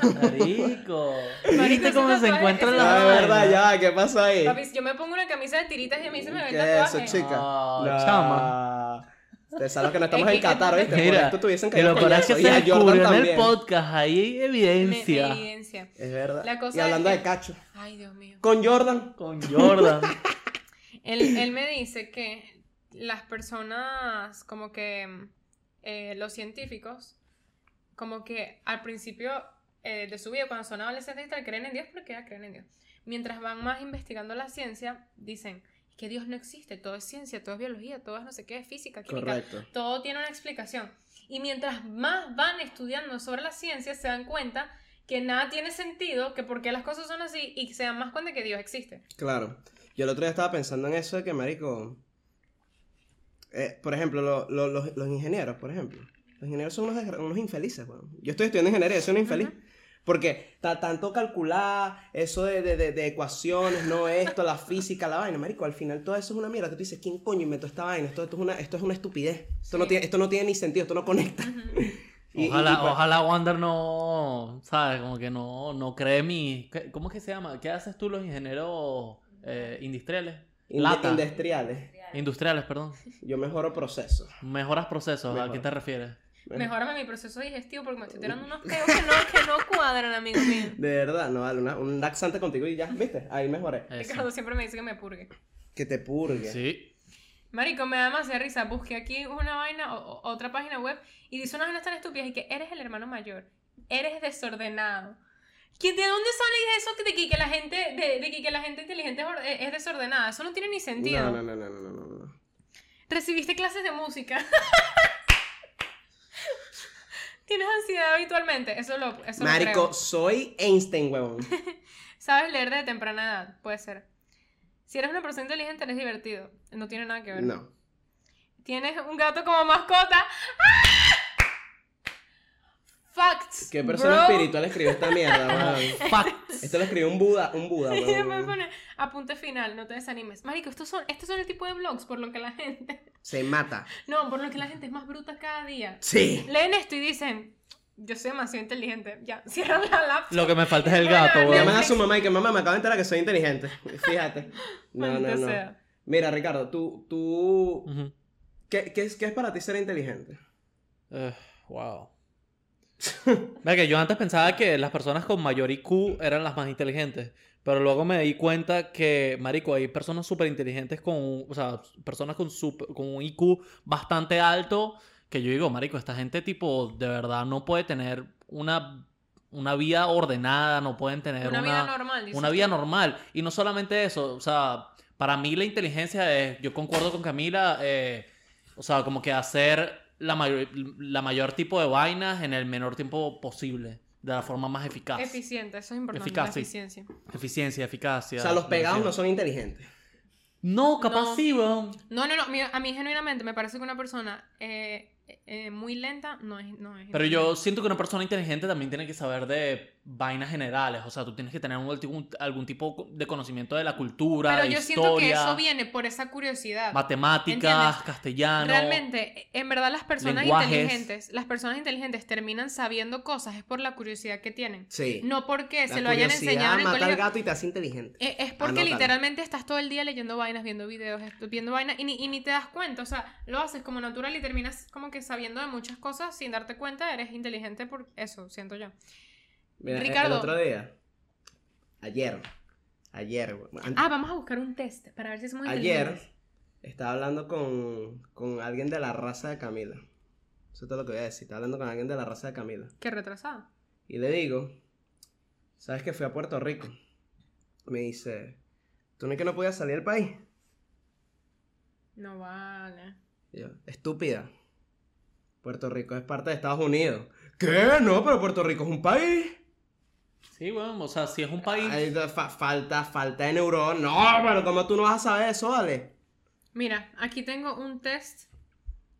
[SPEAKER 4] Marico. ¿Viste
[SPEAKER 2] ese
[SPEAKER 4] cómo se
[SPEAKER 2] tatuaje-
[SPEAKER 4] encuentra
[SPEAKER 2] ese
[SPEAKER 4] la
[SPEAKER 1] Ah,
[SPEAKER 2] tatuaje-
[SPEAKER 1] es verdad, ya, ¿qué pasa ahí?
[SPEAKER 2] Papi, yo me pongo una camisa de tiritas y a mí se me ve el
[SPEAKER 1] ¿Qué es eso,
[SPEAKER 2] tatuaje.
[SPEAKER 1] chica?
[SPEAKER 4] No,
[SPEAKER 1] No.
[SPEAKER 4] chama.
[SPEAKER 1] Te sabes que no estamos
[SPEAKER 2] Es
[SPEAKER 1] en
[SPEAKER 2] que-
[SPEAKER 1] Qatar, ¿viste? Por
[SPEAKER 4] Mira,
[SPEAKER 1] esto tuviesen
[SPEAKER 4] Y
[SPEAKER 1] caído
[SPEAKER 4] lo peor es que
[SPEAKER 1] coñazo.
[SPEAKER 4] se
[SPEAKER 1] Y a Jordan
[SPEAKER 4] descubrió en el
[SPEAKER 1] también.
[SPEAKER 4] podcast, ahí hay
[SPEAKER 2] Me- me
[SPEAKER 4] evidencia.
[SPEAKER 2] evidencia.
[SPEAKER 1] Es verdad.
[SPEAKER 2] La cosa
[SPEAKER 1] y
[SPEAKER 2] es
[SPEAKER 1] hablando de
[SPEAKER 2] que-
[SPEAKER 1] cacho.
[SPEAKER 2] Ay, Dios mío.
[SPEAKER 1] Con Jordan.
[SPEAKER 4] Con Jordan.
[SPEAKER 2] Él, él me dice que las personas, como que eh, los científicos, como que al principio eh, de su vida, cuando son adolescentes y tal, creen en Dios porque ya creen en Dios. Mientras van más investigando la ciencia, dicen que Dios no existe, todo es ciencia, todo es biología, todo es no sé qué, es física, química,
[SPEAKER 1] Correcto.
[SPEAKER 2] todo tiene una explicación. Y mientras más van estudiando sobre la ciencia, se dan cuenta que nada tiene sentido, que por qué las cosas son así y se dan más cuenta que Dios existe.
[SPEAKER 1] Claro. Yo el otro día estaba pensando en eso de que, marico. eh, por ejemplo, lo- lo- los, los ingenieros, por ejemplo. Los ingenieros son unos, desgra- unos infelices, weón. Yo estoy estudiando ingeniería, yo soy un infeliz. Porque ta- tanto calcular, eso de, de- de- de ecuaciones, no esto, la física, la vaina, marico, al final todo eso es una mierda. Tú dices, ¿quién coño inventó esta vaina? Esto, esto es, una, esto es una estupidez. Esto, no
[SPEAKER 2] Sí.
[SPEAKER 1] tiene, esto no tiene ni sentido, esto no conecta. Y- y-
[SPEAKER 4] Ojalá,
[SPEAKER 1] y pues-
[SPEAKER 4] ojalá Wander no, ¿sabes? Como que no, no cree mi... ¿qué- ¿Cómo es que se llama? ¿Qué haces tú los ingenieros eh, industriales?
[SPEAKER 1] ind-
[SPEAKER 4] Lata.
[SPEAKER 1] Industriales.
[SPEAKER 4] Industriales, perdón.
[SPEAKER 1] Yo mejoro procesos.
[SPEAKER 4] Mejoras procesos, ¿a
[SPEAKER 1] Mejor.
[SPEAKER 4] qué te refieres?
[SPEAKER 1] Bueno,
[SPEAKER 2] Mejórame mi proceso digestivo porque me estoy tirando unos peos que no, que no cuadran, amigo mío.
[SPEAKER 1] De verdad, no vale, una- un laxante contigo y ya, ¿viste? Ahí mejoré.
[SPEAKER 4] Eso.
[SPEAKER 2] Ricardo siempre me dice que me purgue.
[SPEAKER 1] Que te purgue.
[SPEAKER 4] Sí.
[SPEAKER 2] Marico, me da demasiada risa. Busqué aquí una vaina, o- o- otra página web, y dice unas vainas tan estúpidas y que eres el hermano mayor. Eres desordenado. ¿Que ¿De dónde sale eso que- de que, que la gente, de, de que, que la gente inteligente es or- es, es desordenada? Eso no tiene ni
[SPEAKER 1] No,
[SPEAKER 2] sentido.
[SPEAKER 1] no, no, no, no, no, no, no.
[SPEAKER 2] Recibiste clases de música. Tienes ansiedad habitualmente. Eso lo, eso lo creo.
[SPEAKER 1] Marico, soy Einstein, huevón.
[SPEAKER 2] Sabes leer desde temprana edad, puede ser. Si eres una persona inteligente, eres divertido. No tiene nada que ver.
[SPEAKER 1] No.
[SPEAKER 2] Tienes un gato como mascota. ¡Ah! Facts.
[SPEAKER 1] ¿Qué persona
[SPEAKER 2] bro.
[SPEAKER 1] espiritual escribió esta mierda, huevón?
[SPEAKER 4] Facts.
[SPEAKER 1] Esto lo escribió un Buda, un Buda,
[SPEAKER 2] Y después
[SPEAKER 1] huevón.
[SPEAKER 2] pone, apunte final, no te desanimes. Marico, estos son, estos son el tipo de blogs por lo que la gente.
[SPEAKER 1] Se mata.
[SPEAKER 2] No, por lo que la gente es más bruta cada día.
[SPEAKER 1] Sí.
[SPEAKER 2] Leen esto y dicen, yo soy demasiado inteligente. Ya, cierran la laptop.
[SPEAKER 4] Lo que me falta es el gato,
[SPEAKER 2] Bueno,
[SPEAKER 1] Llaman
[SPEAKER 4] weón.
[SPEAKER 1] a su mamá y que mamá me acaba de enterar que soy inteligente. Fíjate. No, no,
[SPEAKER 2] Maldita
[SPEAKER 1] no.
[SPEAKER 2] sea.
[SPEAKER 1] Mira, Ricardo, tú, tú,
[SPEAKER 4] Ujú.
[SPEAKER 1] ¿qué, qué, es, qué es para ti ser inteligente?
[SPEAKER 4] Eh, wow. Mira que yo antes pensaba que las personas con mayor IQ eran las más inteligentes, pero luego me di cuenta que, marico, hay personas súper inteligentes con, un- o sea, personas con, sup- con un IQ bastante alto que yo digo, marico, esta gente tipo de verdad no puede tener una, una vida ordenada, no pueden tener
[SPEAKER 2] Una,
[SPEAKER 4] una,
[SPEAKER 2] vida normal. dices
[SPEAKER 4] una
[SPEAKER 2] tú.
[SPEAKER 4] vida normal. Y no solamente eso, o sea, para mí la inteligencia es, yo concuerdo con Camila, eh, o sea, como que hacer la mayor, la mayor tipo de vainas en el menor tiempo posible, de la forma más eficaz.
[SPEAKER 2] Eficiente, eso es importante.
[SPEAKER 4] Eficaz,
[SPEAKER 2] la
[SPEAKER 4] sí.
[SPEAKER 2] eficiencia.
[SPEAKER 4] Eficiencia, eficacia.
[SPEAKER 1] O sea, los pegados no
[SPEAKER 4] eficiencia.
[SPEAKER 1] son inteligentes.
[SPEAKER 4] No, capaz
[SPEAKER 2] No.
[SPEAKER 4] sí, weón.
[SPEAKER 2] No, no, no. mira, a mí genuinamente me parece que una persona eh, eh, muy lenta no es, no es.
[SPEAKER 4] Pero yo siento que una persona inteligente también tiene que saber de vainas generales. O sea, tú tienes que tener un- algún, algún tipo de conocimiento de la cultura,
[SPEAKER 2] Pero
[SPEAKER 4] de
[SPEAKER 2] yo siento que
[SPEAKER 4] historia,
[SPEAKER 2] eso viene por esa curiosidad.
[SPEAKER 4] matemáticas,
[SPEAKER 2] ¿Entiendes?
[SPEAKER 4] castellano.
[SPEAKER 2] Realmente, en verdad las personas
[SPEAKER 4] lenguajes.
[SPEAKER 2] inteligentes, las personas inteligentes terminan sabiendo cosas es por la curiosidad que tienen,
[SPEAKER 1] Sí.
[SPEAKER 2] no porque
[SPEAKER 1] La
[SPEAKER 2] se lo hayan
[SPEAKER 1] curiosidad
[SPEAKER 2] enseñado en el
[SPEAKER 1] mata al
[SPEAKER 2] colegio.
[SPEAKER 1] gato y te hace inteligente.
[SPEAKER 2] Eh, Es porque
[SPEAKER 1] Anótalo.
[SPEAKER 2] literalmente estás todo el día leyendo vainas, viendo videos, estu- viendo vainas y ni, y ni te das cuenta, o sea, lo haces como natural y terminas como que sabiendo de muchas cosas sin darte cuenta, eres inteligente por eso, siento yo.
[SPEAKER 1] Mira,
[SPEAKER 2] Ricardo.
[SPEAKER 1] El otro día. Ayer. Ayer. bueno, an-
[SPEAKER 2] Ah, vamos a buscar un test para ver si somos
[SPEAKER 1] Ayer
[SPEAKER 2] inteligentes.
[SPEAKER 1] estaba hablando con, con alguien de la raza de Camila. Eso es todo lo que voy a decir. Estaba hablando con alguien de la raza de Camila.
[SPEAKER 2] Qué retrasado.
[SPEAKER 1] Y le digo, ¿sabes que fui a Puerto Rico? Me dice, ¿tú no es que no podías salir del país?
[SPEAKER 2] No vale.
[SPEAKER 1] Y yo, estúpida. Puerto Rico es parte de Estados Unidos. ¿Qué? No, pero Puerto Rico es un país.
[SPEAKER 4] Sí, weón, o sea, si es un país.
[SPEAKER 1] Ay, da- fa- falta, falta de neurón. No, pero ¿cómo tú no vas a saber eso, vale?
[SPEAKER 2] Mira, aquí tengo un test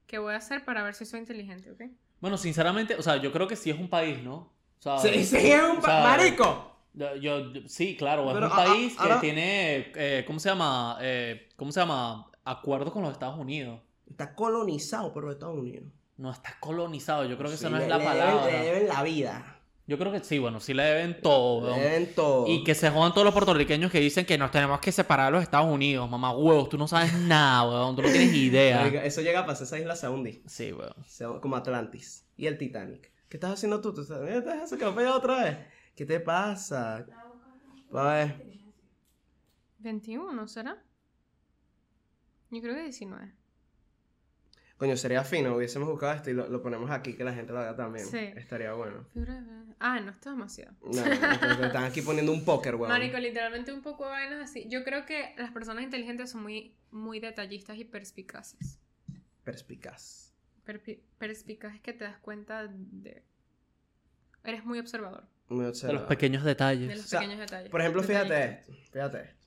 [SPEAKER 2] que voy a hacer para ver si soy inteligente, ¿ok?
[SPEAKER 4] Bueno, sinceramente, o sea, yo creo que sí es un país, ¿no? O sea,
[SPEAKER 1] Sí, sí, es un
[SPEAKER 4] o
[SPEAKER 1] pa-
[SPEAKER 4] sea,
[SPEAKER 1] marico.
[SPEAKER 4] Yo, yo- sí, claro, es
[SPEAKER 1] Pero,
[SPEAKER 4] un
[SPEAKER 1] a- a-
[SPEAKER 4] país que
[SPEAKER 1] ahora-
[SPEAKER 4] tiene, eh, ¿cómo se llama? Eh, ¿Cómo se llama? Acuerdo con los Estados Unidos.
[SPEAKER 1] Está colonizado por los Estados Unidos.
[SPEAKER 4] No está colonizado, yo creo que esa
[SPEAKER 1] Sí,
[SPEAKER 4] no es
[SPEAKER 1] le-
[SPEAKER 4] la
[SPEAKER 1] le deben- Le
[SPEAKER 4] palabra.
[SPEAKER 1] deben la vida.
[SPEAKER 4] Yo creo que sí, bueno, sí le deben todo,
[SPEAKER 1] Le
[SPEAKER 4] weón.
[SPEAKER 1] deben todo.
[SPEAKER 4] Oh, Y que se jodan todos los puertorriqueños que dicen que nos tenemos que separar de los Estados Unidos, mamá huevos, tú no sabes nada, weón, tú no tienes idea.
[SPEAKER 1] Marico, Eso llega a pasar esa isla Saundi.
[SPEAKER 4] Sí, weón.
[SPEAKER 1] Seu- Como Atlantis. Y el Titanic. ¿Qué estás haciendo tú? ¿Tú estás- eh, te has sacado para allá otra vez? ¿Qué te pasa? A ver.
[SPEAKER 2] ¿21 será? Yo creo que 19.
[SPEAKER 1] Coño, sería fino. Hubiésemos buscado esto y lo, lo ponemos aquí, que la gente lo haga también.
[SPEAKER 2] Sí.
[SPEAKER 1] Estaría bueno.
[SPEAKER 2] Fibra de- Ah, no, esto es demasiado.
[SPEAKER 1] No, no, no, están aquí poniendo un póker, weón.
[SPEAKER 2] Marico, literalmente un poco de vainas así. Yo creo que las personas inteligentes son muy, muy detallistas y perspicaces.
[SPEAKER 1] Perspicaz.
[SPEAKER 2] Perpi- perspicaces que te das cuenta de... Eres muy observador
[SPEAKER 1] Muy
[SPEAKER 4] De los
[SPEAKER 1] observador.
[SPEAKER 4] pequeños
[SPEAKER 2] de los
[SPEAKER 4] detalles.
[SPEAKER 1] O sea,
[SPEAKER 2] pequeños detalles.
[SPEAKER 1] Por ejemplo, fíjate
[SPEAKER 2] Detallistas.
[SPEAKER 1] esto. Fíjate esto.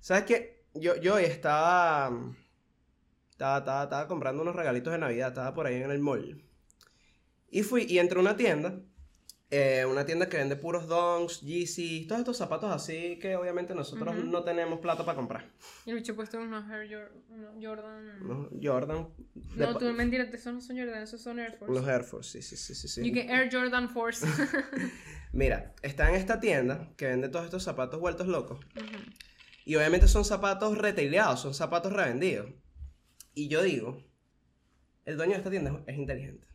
[SPEAKER 1] ¿Sabes qué? Yo, yo hoy estaba, mm, estaba, estaba. estaba comprando unos regalitos de Navidad. Estaba por ahí en el mall. Y fui y entré a una tienda. eh, una tienda que vende puros donks, Yeezys, todos estos zapatos así que obviamente nosotros
[SPEAKER 2] Ujú.
[SPEAKER 1] no tenemos plata para comprar.
[SPEAKER 2] Y el bicho puesto unos Air Jor- unos Jordan... No,
[SPEAKER 1] ¿no? Jordan. de pa-
[SPEAKER 2] tú mentira, esos no son Jordan, esos son Air Force.
[SPEAKER 1] los Air Force, sí, sí, sí, sí. sí.
[SPEAKER 2] You get Air Jordan Force.
[SPEAKER 1] Mira, está en esta tienda que vende todos estos zapatos vueltos locos.
[SPEAKER 2] Ujú.
[SPEAKER 1] Y obviamente son zapatos retaileados, son zapatos revendidos. Y yo digo, el dueño de esta tienda es, es inteligente.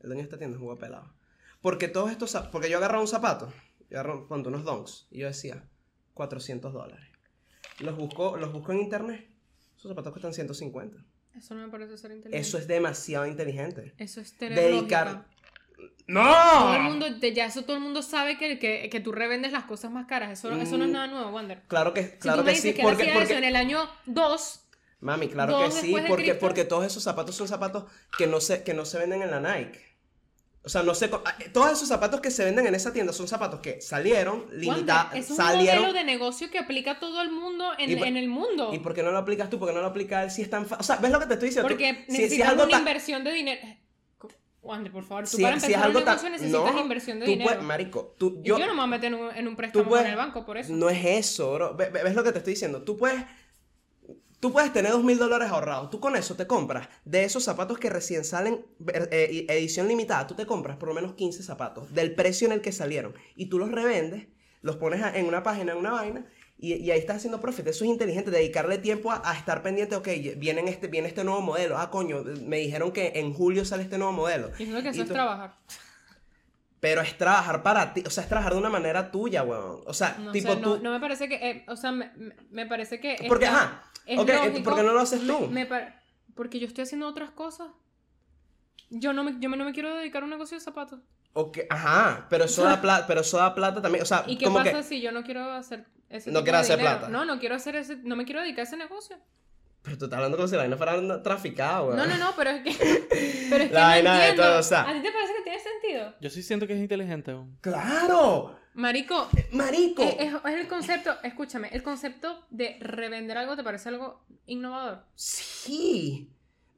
[SPEAKER 1] El dueño de esta tienda es un guapelado. Porque todos estos zap- porque yo agarraba un zapato, yo agarraba ponte, unos donks, y yo decía, 400 dólares. Los busco, los busco en internet, esos zapatos cuestan 150.
[SPEAKER 2] Eso no me parece ser inteligente.
[SPEAKER 1] Eso es demasiado inteligente.
[SPEAKER 2] Eso es tener
[SPEAKER 1] Dedicar... Ah.
[SPEAKER 2] lógica. Todo el
[SPEAKER 1] ¡No!
[SPEAKER 2] mundo, de- ya eso todo el mundo sabe que, que, que tú revendes las cosas más caras. Eso, eso no es
[SPEAKER 1] Mm.
[SPEAKER 2] nada nuevo, Wander.
[SPEAKER 1] Claro que,
[SPEAKER 2] Si
[SPEAKER 1] claro
[SPEAKER 2] tú me
[SPEAKER 1] que
[SPEAKER 2] dices
[SPEAKER 1] sí,
[SPEAKER 2] que él
[SPEAKER 1] porque,
[SPEAKER 2] hacía
[SPEAKER 1] porque,
[SPEAKER 2] eso en el año 2,
[SPEAKER 1] Mami, claro
[SPEAKER 2] Dos
[SPEAKER 1] que sí,
[SPEAKER 2] después de
[SPEAKER 1] porque,
[SPEAKER 2] Cristo.
[SPEAKER 1] porque todos esos zapatos son zapatos que no, se, que no se venden en la Nike. O sea, no sé, ah, todos esos zapatos que se venden en esa tienda son zapatos que salieron,
[SPEAKER 2] Wander,
[SPEAKER 1] limitados,
[SPEAKER 2] eso es un
[SPEAKER 1] salieron.
[SPEAKER 2] modelo de negocio que aplica a todo el mundo en,
[SPEAKER 1] Y por-
[SPEAKER 2] en el mundo.
[SPEAKER 1] ¿Y por qué no lo aplicas tú? ¿Por qué no lo aplicas él si es tan fácil? O sea, ¿ves lo que te estoy diciendo? Tú-
[SPEAKER 2] porque
[SPEAKER 1] si- si es
[SPEAKER 2] necesitas
[SPEAKER 1] algo
[SPEAKER 2] una
[SPEAKER 1] tan-
[SPEAKER 2] inversión de dinero. Wander, por favor, tú
[SPEAKER 1] si-
[SPEAKER 2] para
[SPEAKER 1] si
[SPEAKER 2] empezar
[SPEAKER 1] es algo
[SPEAKER 2] un
[SPEAKER 1] tan-
[SPEAKER 2] negocio necesitas
[SPEAKER 1] no,
[SPEAKER 2] inversión de
[SPEAKER 1] tú
[SPEAKER 2] dinero.
[SPEAKER 1] puedes- marico, tú,
[SPEAKER 2] Y
[SPEAKER 1] yo,
[SPEAKER 2] yo, no me voy a meter en un, en un préstamo
[SPEAKER 1] puedes-
[SPEAKER 2] en el banco por eso.
[SPEAKER 1] No es eso, bro. Ve- ve- ¿Ves lo que te estoy diciendo? Tú puedes, tú puedes tener dos mil dólares ahorrados. Tú con eso te compras de esos zapatos que recién salen, ver- eh, edición limitada, tú te compras por lo menos 15 zapatos del precio en el que salieron. Y tú los revendes, los pones a- en una página, en una vaina. Y, y ahí estás haciendo profit, eso es inteligente, dedicarle tiempo a, a estar pendiente, ok, vienen este, viene este nuevo modelo, ah, coño, me dijeron que en julio sale este nuevo modelo.
[SPEAKER 2] Y eso es lo que
[SPEAKER 1] Y
[SPEAKER 2] eso es
[SPEAKER 1] tú-
[SPEAKER 2] trabajar.
[SPEAKER 1] Pero es trabajar para ti, o sea, es trabajar de una manera tuya, weón. O sea,
[SPEAKER 2] No, o
[SPEAKER 1] tipo
[SPEAKER 2] sea, no,
[SPEAKER 1] tú...
[SPEAKER 2] no me parece que. eh, o sea, me, me- me parece que.
[SPEAKER 1] Porque,
[SPEAKER 2] está-
[SPEAKER 1] ajá,
[SPEAKER 2] es
[SPEAKER 1] ok, eh,
[SPEAKER 2] lógico,
[SPEAKER 1] ¿por qué no lo haces tú?
[SPEAKER 2] me par- porque yo estoy haciendo otras cosas. Yo no me, yo me- no me quiero dedicar a un negocio de zapatos.
[SPEAKER 1] Ok, ajá, pero eso da plata, pero eso da plata también, o sea,
[SPEAKER 2] ¿Y qué
[SPEAKER 1] como
[SPEAKER 2] pasa
[SPEAKER 1] que
[SPEAKER 2] si yo no quiero hacer ese
[SPEAKER 1] No
[SPEAKER 2] tipo
[SPEAKER 1] quiero
[SPEAKER 2] de
[SPEAKER 1] hacer
[SPEAKER 2] dinero?
[SPEAKER 1] plata.
[SPEAKER 2] No, no quiero hacer ese. No me quiero dedicar a ese negocio.
[SPEAKER 1] pero tú estás hablando como si la vaina fuera una traficada, weón.
[SPEAKER 2] No, no, no, pero es que. Pero es que
[SPEAKER 1] La
[SPEAKER 2] no
[SPEAKER 1] vaina de
[SPEAKER 2] entiendo.
[SPEAKER 1] todo, o sea.
[SPEAKER 2] ¿A ti te parece que tiene sentido?
[SPEAKER 4] Yo sí siento que es inteligente, weón.
[SPEAKER 1] Claro,
[SPEAKER 2] Marico, eh,
[SPEAKER 1] marico.
[SPEAKER 2] es, es- es el concepto. Escúchame, el concepto de revender algo te parece algo innovador.
[SPEAKER 1] Sí.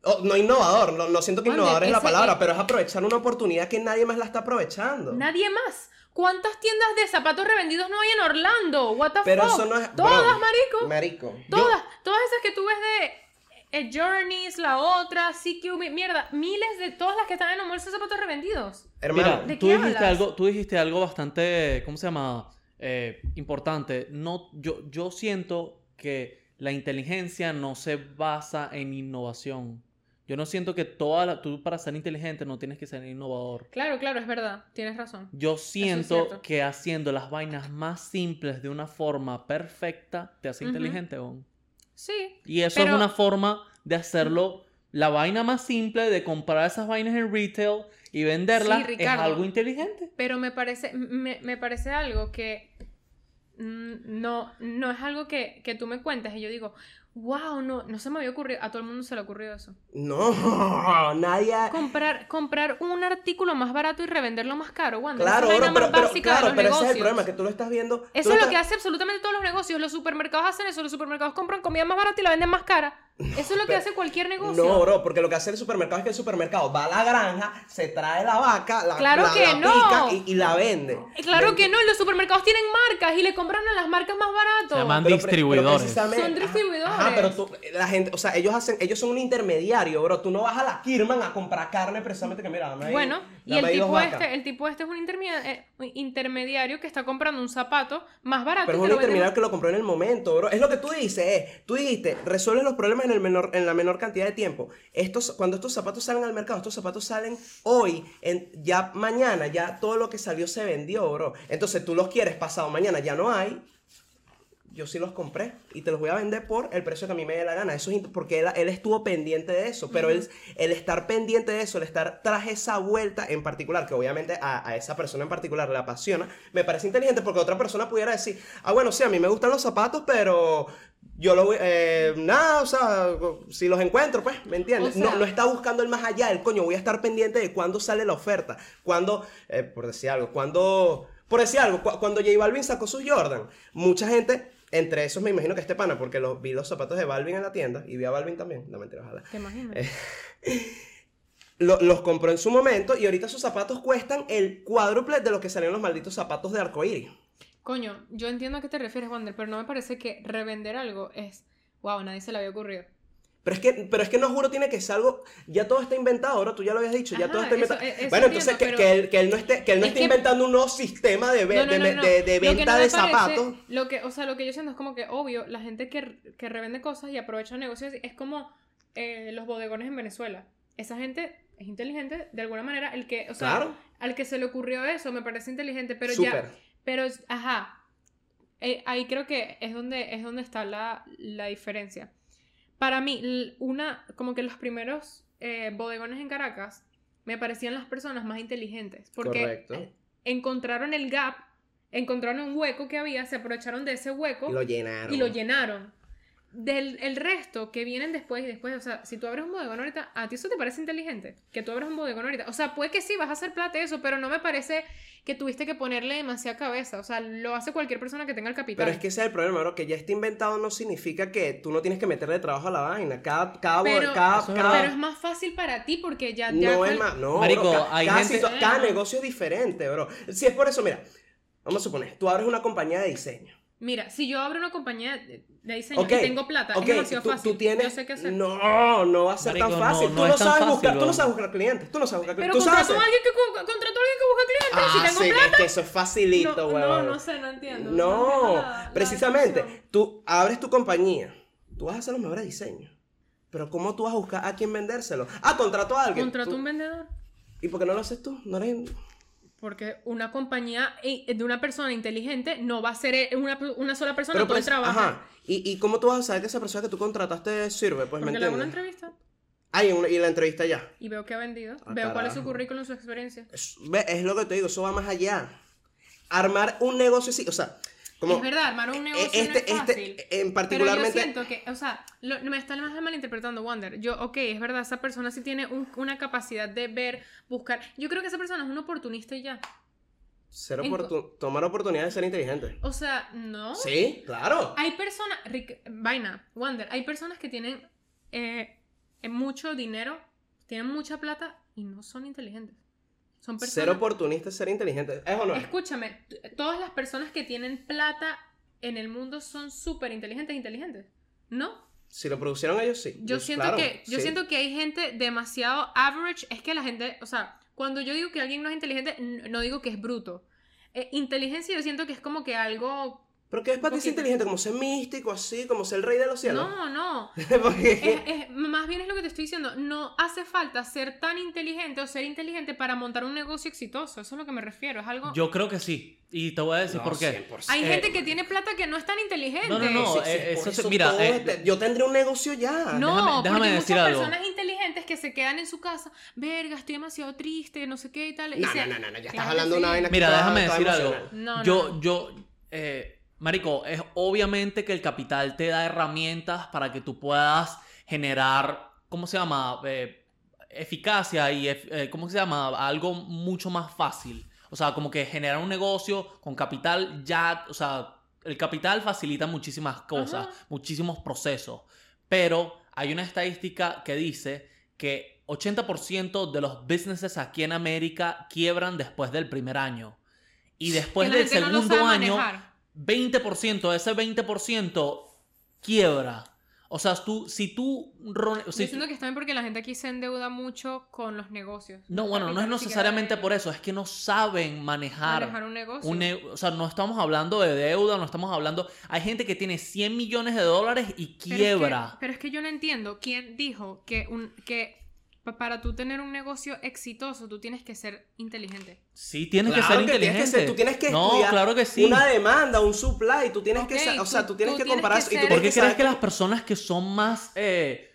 [SPEAKER 1] Oh, no innovador, no, no siento que
[SPEAKER 2] Ande,
[SPEAKER 1] innovador es la
[SPEAKER 2] ese-
[SPEAKER 1] palabra,
[SPEAKER 2] eh.
[SPEAKER 1] pero es aprovechar una oportunidad que nadie más la está aprovechando.
[SPEAKER 2] Nadie más. ¿Cuántas tiendas de zapatos revendidos no hay en Orlando? What the
[SPEAKER 1] Pero
[SPEAKER 2] fuck?
[SPEAKER 1] eso no es-
[SPEAKER 2] Todas,
[SPEAKER 1] bro,
[SPEAKER 2] marico.
[SPEAKER 1] Marico. yo-
[SPEAKER 2] Todas, todas esas que tú ves de eh, Journeys, la otra, CQ, mi- mierda, miles de todas las que están en un bolso de zapatos revendidos.
[SPEAKER 1] hermano,
[SPEAKER 4] Mira,
[SPEAKER 2] ¿de
[SPEAKER 4] tú
[SPEAKER 2] qué
[SPEAKER 4] dijiste,
[SPEAKER 2] hablas?
[SPEAKER 4] algo, tú dijiste algo bastante, ¿cómo se llama? Eh, importante. No, yo, yo siento que la inteligencia no se basa en innovación. Yo no siento que toda la- tú para ser inteligente no tienes que ser innovador.
[SPEAKER 2] Claro, claro, es verdad, tienes razón.
[SPEAKER 4] Yo siento
[SPEAKER 2] cierto.
[SPEAKER 4] que haciendo las vainas más simples de una forma perfecta te hace
[SPEAKER 2] Ujú.
[SPEAKER 4] inteligente. weón.
[SPEAKER 2] Sí,
[SPEAKER 4] Y eso es
[SPEAKER 2] Pero-
[SPEAKER 4] una forma de hacerlo. La vaina más simple de comprar esas vainas en retail y venderlas es
[SPEAKER 2] Ricardo.
[SPEAKER 4] algo inteligente.
[SPEAKER 2] pero me parece, me, me parece algo que mm, no, no es algo que, que tú me cuentas y yo digo, wow, no, no se me había ocurrido, a todo el mundo se le ocurrió eso.
[SPEAKER 1] No, nadie. ha-
[SPEAKER 2] Comprar, comprar un artículo más barato y revenderlo más caro, Wanda.
[SPEAKER 1] Claro,
[SPEAKER 2] Esa es la
[SPEAKER 1] bro,
[SPEAKER 2] vaina
[SPEAKER 1] pero,
[SPEAKER 2] más
[SPEAKER 1] pero-
[SPEAKER 2] básica de
[SPEAKER 1] claro,
[SPEAKER 2] los
[SPEAKER 1] pero ese
[SPEAKER 2] negocios.
[SPEAKER 1] es el problema, que tú lo estás viendo. tú
[SPEAKER 2] Eso es lo
[SPEAKER 1] estás-
[SPEAKER 2] que hace absolutamente todos los negocios. Los supermercados hacen eso, los supermercados compran comida más barata y la venden más cara. Eso es lo que
[SPEAKER 1] pero-
[SPEAKER 2] hace cualquier negocio.
[SPEAKER 1] No, bro, porque lo que hace el supermercado es que el supermercado va a la granja, se trae la vaca, la,
[SPEAKER 2] Claro
[SPEAKER 1] la-
[SPEAKER 2] que
[SPEAKER 1] la
[SPEAKER 2] no.
[SPEAKER 1] pica y, y la vende.
[SPEAKER 2] Eh, Claro que no, los supermercados tienen marcas y le compran a las marcas más
[SPEAKER 4] Se
[SPEAKER 2] barato.
[SPEAKER 4] llaman
[SPEAKER 1] Pero pre- pero
[SPEAKER 4] distribuidores.
[SPEAKER 1] precisamente-
[SPEAKER 2] Son distribuidores.
[SPEAKER 1] Ajá, pero tú, la gente, o sea, ellos hacen, ellos son un intermediario, bro. Tú no vas a la Kirman a comprar carne precisamente que mira, dame ahí-
[SPEAKER 2] Bueno, y
[SPEAKER 1] dame
[SPEAKER 2] el
[SPEAKER 1] ahí dos
[SPEAKER 2] tipo,
[SPEAKER 1] vacas.
[SPEAKER 2] este, el tipo este es un intermedia- eh, un intermediario que está comprando un zapato más barato.
[SPEAKER 1] Pero es
[SPEAKER 2] y te
[SPEAKER 1] un
[SPEAKER 2] lo vende más-
[SPEAKER 1] intermediario que lo compró en el momento, bro. Es lo que tú dices, eh. Tú dijiste, resuelves los problemas en, el menor, en la menor cantidad de tiempo. Estos, cuando estos zapatos salen al mercado, estos zapatos salen hoy, en, ya mañana, ya todo lo que salió se vendió, bro. Entonces tú los quieres pasado mañana, ya no hay. Yo sí los compré y te los voy a vender por el precio que a mí me dé la gana. Eso es int- porque él, él estuvo pendiente de eso. Pero él, el estar pendiente de eso, el estar tras esa vuelta en particular, que obviamente a, a esa persona en particular le apasiona, me parece inteligente porque otra persona pudiera decir, ah, bueno, sí, a mí me gustan los zapatos, pero yo lo voy, eh, nada, o sea, si los encuentro, pues, ¿me entiendes?
[SPEAKER 2] O sea-
[SPEAKER 1] no, no está buscando el más allá, el coño, voy a estar pendiente de cuándo sale la oferta, cuándo, eh, por decir algo, cuándo, por decir algo, cu- cuando J Balvin sacó sus Jordan, mucha gente, entre esos me imagino que este pana, porque los, vi los zapatos de Balvin en la tienda, y vi a Balvin también, no mentira, ojalá,
[SPEAKER 2] ¿Te imaginas?
[SPEAKER 1] lo- los compró en su momento, y ahorita sus zapatos cuestan el cuádruple de lo que salieron los malditos zapatos de arcoíris.
[SPEAKER 2] Coño, yo entiendo a qué te refieres, Wander, pero no me parece que revender algo es. Wow, nadie se le había ocurrido.
[SPEAKER 1] Pero es que, pero es que no juro, tiene que ser algo. Ya todo está inventado, ahora tú ya lo habías dicho, ya
[SPEAKER 2] Ajá,
[SPEAKER 1] todo está
[SPEAKER 2] eso-
[SPEAKER 1] inventado.
[SPEAKER 2] e- eso
[SPEAKER 1] bueno, entonces
[SPEAKER 2] entiendo,
[SPEAKER 1] que,
[SPEAKER 2] pero-
[SPEAKER 1] que él, que él no esté, que él no
[SPEAKER 2] Es
[SPEAKER 1] esté
[SPEAKER 2] que-
[SPEAKER 1] inventando un nuevo sistema de, ve-
[SPEAKER 2] No, no,
[SPEAKER 1] de,
[SPEAKER 2] no,
[SPEAKER 1] me-
[SPEAKER 2] no.
[SPEAKER 1] de- de
[SPEAKER 2] Lo que
[SPEAKER 1] venta
[SPEAKER 2] no me
[SPEAKER 1] de
[SPEAKER 2] parece-
[SPEAKER 1] zapatos.
[SPEAKER 2] Lo que, o sea, lo que yo siento es como que, obvio, la gente que, que revende cosas y aprovecha negocios es como eh, los bodegones en Venezuela. Esa gente es inteligente, de alguna manera, el que, o sea,
[SPEAKER 1] claro,
[SPEAKER 2] al que se le ocurrió eso, me parece inteligente, pero ya,
[SPEAKER 1] súper.
[SPEAKER 2] Pero, ajá, eh, ahí creo que es donde, es donde está la, la diferencia. Para mí, l- una, como que los primeros eh, bodegones en Caracas me parecían las personas más inteligentes, porque
[SPEAKER 1] Correcto.
[SPEAKER 2] eh, encontraron el gap, encontraron un hueco que había, se aprovecharon de ese hueco
[SPEAKER 1] Y lo llenaron.
[SPEAKER 2] y lo llenaron. Del el resto que vienen después y después, o sea, si tú abres un bodegón ahorita, ¿a ti eso te parece inteligente? Que tú abras un bodegón ahorita. O sea, puede que sí, vas a hacer plata y eso, pero no me parece que tuviste que ponerle demasiada cabeza. O sea, lo hace cualquier persona que tenga el capital.
[SPEAKER 1] Pero es que ese es el problema, bro, que ya está inventado no significa que tú no tienes que meterle trabajo a la vaina. Cada, cada, bo-
[SPEAKER 2] Pero-
[SPEAKER 1] cada,
[SPEAKER 4] Eso es
[SPEAKER 1] cada-
[SPEAKER 2] Pero es más fácil para ti porque ya... ya
[SPEAKER 1] ah, No
[SPEAKER 2] cual-
[SPEAKER 1] es más, no.
[SPEAKER 4] Marico,
[SPEAKER 1] bro, ca-
[SPEAKER 4] hay
[SPEAKER 1] cada,
[SPEAKER 4] gente-
[SPEAKER 1] situa- cada negocio es diferente, bro. Si es por eso, mira, vamos a suponer, tú abres una compañía de diseño.
[SPEAKER 2] Mira, si yo abro una compañía de de diseño
[SPEAKER 1] Ok,
[SPEAKER 2] y tengo plata,
[SPEAKER 1] Ok,
[SPEAKER 2] es demasiado
[SPEAKER 1] tú,
[SPEAKER 2] fácil.
[SPEAKER 1] tú tienes...
[SPEAKER 2] Yo sé qué hacer.
[SPEAKER 1] No, no va a ser
[SPEAKER 4] Marico,
[SPEAKER 1] tan
[SPEAKER 4] no,
[SPEAKER 1] fácil.
[SPEAKER 4] no
[SPEAKER 1] tú,
[SPEAKER 4] es
[SPEAKER 1] no
[SPEAKER 4] tan
[SPEAKER 1] sabes
[SPEAKER 4] fácil,
[SPEAKER 1] buscar, tú
[SPEAKER 4] bro.
[SPEAKER 1] no sabes buscar clientes. Tú no sabes buscar
[SPEAKER 2] Pero
[SPEAKER 1] clientes. ¿Tú sabes
[SPEAKER 2] contrato a
[SPEAKER 1] hacer?
[SPEAKER 2] alguien que, cu- contrato a alguien que busca clientes
[SPEAKER 1] Ah,
[SPEAKER 2] y si tengo
[SPEAKER 1] sí,
[SPEAKER 2] plata...
[SPEAKER 1] es que eso es facilito,
[SPEAKER 2] no, no,
[SPEAKER 1] huevón.
[SPEAKER 2] no sé, no entiendo.
[SPEAKER 1] No,
[SPEAKER 2] entiendo la- la
[SPEAKER 1] precisamente,
[SPEAKER 2] discusión.
[SPEAKER 1] tú abres tu compañía, tú vas a hacer los mejores diseños, pero ¿cómo tú vas a buscar a quién vendérselo? Ah, contrato a alguien.
[SPEAKER 2] Contrato a
[SPEAKER 1] Tú-
[SPEAKER 2] un vendedor.
[SPEAKER 1] ¿Y por qué no lo haces tú? No eres...
[SPEAKER 2] Porque una compañía eh, de una persona inteligente no va a ser eh, una, una sola persona todo el
[SPEAKER 1] pues,
[SPEAKER 2] trabajo.
[SPEAKER 1] Ajá. ¿Y, ¿Y cómo tú vas a saber que esa persona que tú contrataste sirve? Pues, ¿me
[SPEAKER 2] Porque le hago una
[SPEAKER 1] entiendes?
[SPEAKER 2] entrevista
[SPEAKER 1] Ah, y, en una- y la entrevista ya.
[SPEAKER 2] y veo que ha vendido.
[SPEAKER 1] Ah,
[SPEAKER 2] veo cuál es su
[SPEAKER 1] carajo.
[SPEAKER 2] currículum, su experiencia.
[SPEAKER 1] Es, ve, es lo que te digo, eso va más allá. Armar un negocio así, o sea, como...
[SPEAKER 2] es verdad, armar un negocio
[SPEAKER 1] eh, este,
[SPEAKER 2] no es fácil.
[SPEAKER 1] este, en
[SPEAKER 2] pero yo
[SPEAKER 1] particularmente...
[SPEAKER 2] siento que, o sea, lo- me están más malinterpretando, Wander. Yo, ok, es verdad, esa persona sí tiene un- una capacidad de ver, buscar. Yo creo que esa persona es un oportunista y ya.
[SPEAKER 1] ser
[SPEAKER 2] en-
[SPEAKER 1] oportun- tomar oportunidades de ser inteligente.
[SPEAKER 2] O sea, no.
[SPEAKER 1] Sí, claro.
[SPEAKER 2] Hay personas, Rick- vaina, Wander, hay personas que tienen eh, eh, mucho dinero, tienen mucha plata y no son inteligentes. Son
[SPEAKER 1] Ser
[SPEAKER 2] personas.
[SPEAKER 1] oportunista es ser inteligente. ¿Es o no es?
[SPEAKER 2] Escúchame, t- todas las personas que tienen plata en el mundo son súper inteligentes, inteligentes. ¿No?
[SPEAKER 1] Si lo produjeron ellos, sí.
[SPEAKER 2] Yo
[SPEAKER 1] Pues,
[SPEAKER 2] siento
[SPEAKER 1] claro,
[SPEAKER 2] que yo
[SPEAKER 1] sí.
[SPEAKER 2] siento que hay gente demasiado average, es que la gente, o sea, cuando yo digo que alguien no es inteligente, n- no digo que es bruto. Eh, inteligencia yo siento que es como que algo
[SPEAKER 1] Pero que es para ti ser
[SPEAKER 2] poquito.
[SPEAKER 1] inteligente, como ser místico, así, como ser el rey de los cielos.
[SPEAKER 2] No, no. Es-
[SPEAKER 1] Porque-
[SPEAKER 4] Eh,
[SPEAKER 2] es- más bien es lo que te estoy diciendo. No hace falta ser tan inteligente o ser inteligente para montar un negocio exitoso. Eso es lo que me refiero. Es algo.
[SPEAKER 4] Yo creo que sí. Y te voy a decir
[SPEAKER 1] No,
[SPEAKER 4] por qué.
[SPEAKER 1] 100%.
[SPEAKER 2] Hay
[SPEAKER 4] eh,
[SPEAKER 2] gente que tiene plata que no es tan inteligente.
[SPEAKER 4] No, no, no.
[SPEAKER 1] Sí, sí,
[SPEAKER 4] eh,
[SPEAKER 1] por
[SPEAKER 4] eso- mira,
[SPEAKER 1] todo
[SPEAKER 4] eh,
[SPEAKER 1] este- yo tendré un negocio ya.
[SPEAKER 2] No,
[SPEAKER 4] déjame- déjame
[SPEAKER 2] porque hay
[SPEAKER 4] decir
[SPEAKER 2] muchas
[SPEAKER 4] algo.
[SPEAKER 2] personas inteligentes que se quedan en su casa, verga, estoy demasiado triste, no sé qué y tal. y
[SPEAKER 1] No,
[SPEAKER 2] se-
[SPEAKER 1] no, no, no, no, ya estás
[SPEAKER 2] Claro
[SPEAKER 1] hablando
[SPEAKER 2] que
[SPEAKER 1] de una
[SPEAKER 2] sí.
[SPEAKER 1] vaina que
[SPEAKER 4] Mira,
[SPEAKER 1] está-
[SPEAKER 4] déjame
[SPEAKER 1] está
[SPEAKER 4] decir algo.
[SPEAKER 1] emocional.
[SPEAKER 2] No, no,
[SPEAKER 4] yo,
[SPEAKER 2] no.
[SPEAKER 4] yo, eh, Marico, es obviamente que el capital te da herramientas para que tú puedas generar, ¿cómo se llama? Eh, eficacia y, ef- eh, ¿cómo se llama? Algo mucho más fácil. O sea, como que generar un negocio con capital ya, o sea, el capital facilita muchísimas cosas, muchísimos procesos. Pero hay una estadística que dice que 80% de los businesses aquí en América quiebran después del primer año. Y después
[SPEAKER 2] Que la
[SPEAKER 4] del
[SPEAKER 2] gente no lo
[SPEAKER 4] segundo
[SPEAKER 2] sabe
[SPEAKER 4] año,
[SPEAKER 2] manejar.
[SPEAKER 4] 20%, de ese 20% quiebra. O sea, tú, si tú... ro-
[SPEAKER 2] Yo
[SPEAKER 4] si-
[SPEAKER 2] siento que es también porque la gente aquí se endeuda mucho con los negocios.
[SPEAKER 4] no, bueno, no es necesariamente por eso, es que no saben manejar.
[SPEAKER 2] Manejar un negocio.
[SPEAKER 4] un ne- o sea, no estamos hablando de deuda, no estamos hablando... Hay gente que tiene 100 millones de dólares y
[SPEAKER 2] Pero es que-
[SPEAKER 4] quiebra.
[SPEAKER 2] Pero es que, yo no entiendo quién dijo que, un, que pa- para tú tener un negocio exitoso tú tienes que ser inteligente.
[SPEAKER 4] Sí, tienes
[SPEAKER 1] Claro
[SPEAKER 4] que ser
[SPEAKER 1] que tienes que
[SPEAKER 4] inteligente.
[SPEAKER 1] ser- tú tienes que
[SPEAKER 4] no,
[SPEAKER 1] estudiar
[SPEAKER 4] claro que sí.
[SPEAKER 1] Una demanda, un supply, tú tienes
[SPEAKER 2] Ok,
[SPEAKER 1] que, sa- o sea,
[SPEAKER 2] tú-
[SPEAKER 1] tú tienes
[SPEAKER 2] tú
[SPEAKER 1] que
[SPEAKER 2] tienes
[SPEAKER 1] comparar
[SPEAKER 2] que
[SPEAKER 1] eso y tú
[SPEAKER 2] ser-
[SPEAKER 4] ¿Por
[SPEAKER 1] tienes
[SPEAKER 4] qué
[SPEAKER 1] saber
[SPEAKER 4] crees que las personas que son más, eh,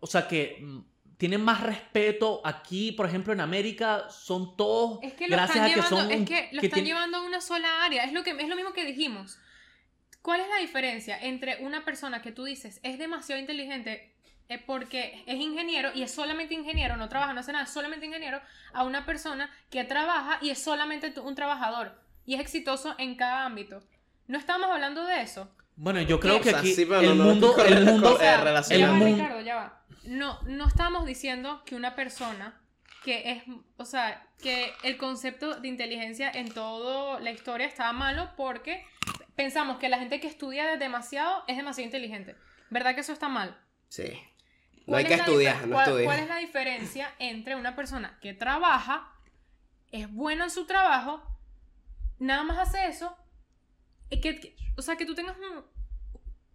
[SPEAKER 4] o sea, que mm, tienen más respeto aquí, por ejemplo, en América, son todos
[SPEAKER 2] Es que lo
[SPEAKER 4] gracias
[SPEAKER 2] están,
[SPEAKER 4] a que
[SPEAKER 2] llevando,
[SPEAKER 4] son... un-
[SPEAKER 2] es que lo
[SPEAKER 4] que
[SPEAKER 2] están
[SPEAKER 4] tienen-
[SPEAKER 2] llevando a una sola área. Es lo, que, es lo mismo que dijimos. ¿Cuál es la diferencia entre una persona que tú dices es demasiado inteligente eh, porque es ingeniero y es solamente ingeniero, no trabaja, no hace nada, es solamente ingeniero, a una persona que trabaja y es solamente tu- un trabajador y es exitoso en cada ámbito? No estábamos hablando de eso.
[SPEAKER 4] Bueno, yo creo
[SPEAKER 1] O
[SPEAKER 4] que
[SPEAKER 1] sea,
[SPEAKER 4] aquí
[SPEAKER 1] sí, pero
[SPEAKER 4] el
[SPEAKER 1] no, no,
[SPEAKER 4] mundo,
[SPEAKER 1] con-
[SPEAKER 4] el
[SPEAKER 1] con-
[SPEAKER 4] mundo,
[SPEAKER 1] O sea,
[SPEAKER 2] Ya
[SPEAKER 1] relacionado.
[SPEAKER 2] va,
[SPEAKER 4] El mundo-
[SPEAKER 2] Ricardo, ya va. No, no estamos diciendo que una persona que es, o sea, que el concepto de inteligencia en toda la historia estaba malo porque pensamos que la gente que estudia de- demasiado es demasiado inteligente. ¿Verdad que eso está mal?
[SPEAKER 1] Sí. No
[SPEAKER 2] ¿Cuál
[SPEAKER 1] hay que
[SPEAKER 2] es la
[SPEAKER 1] estudiar,
[SPEAKER 2] difer-
[SPEAKER 1] no
[SPEAKER 2] cuál- ¿Cuál
[SPEAKER 1] estudiar.
[SPEAKER 2] es la diferencia entre una persona que trabaja, es buena en su trabajo, nada más hace eso, y que- que- o sea, que tú tengas un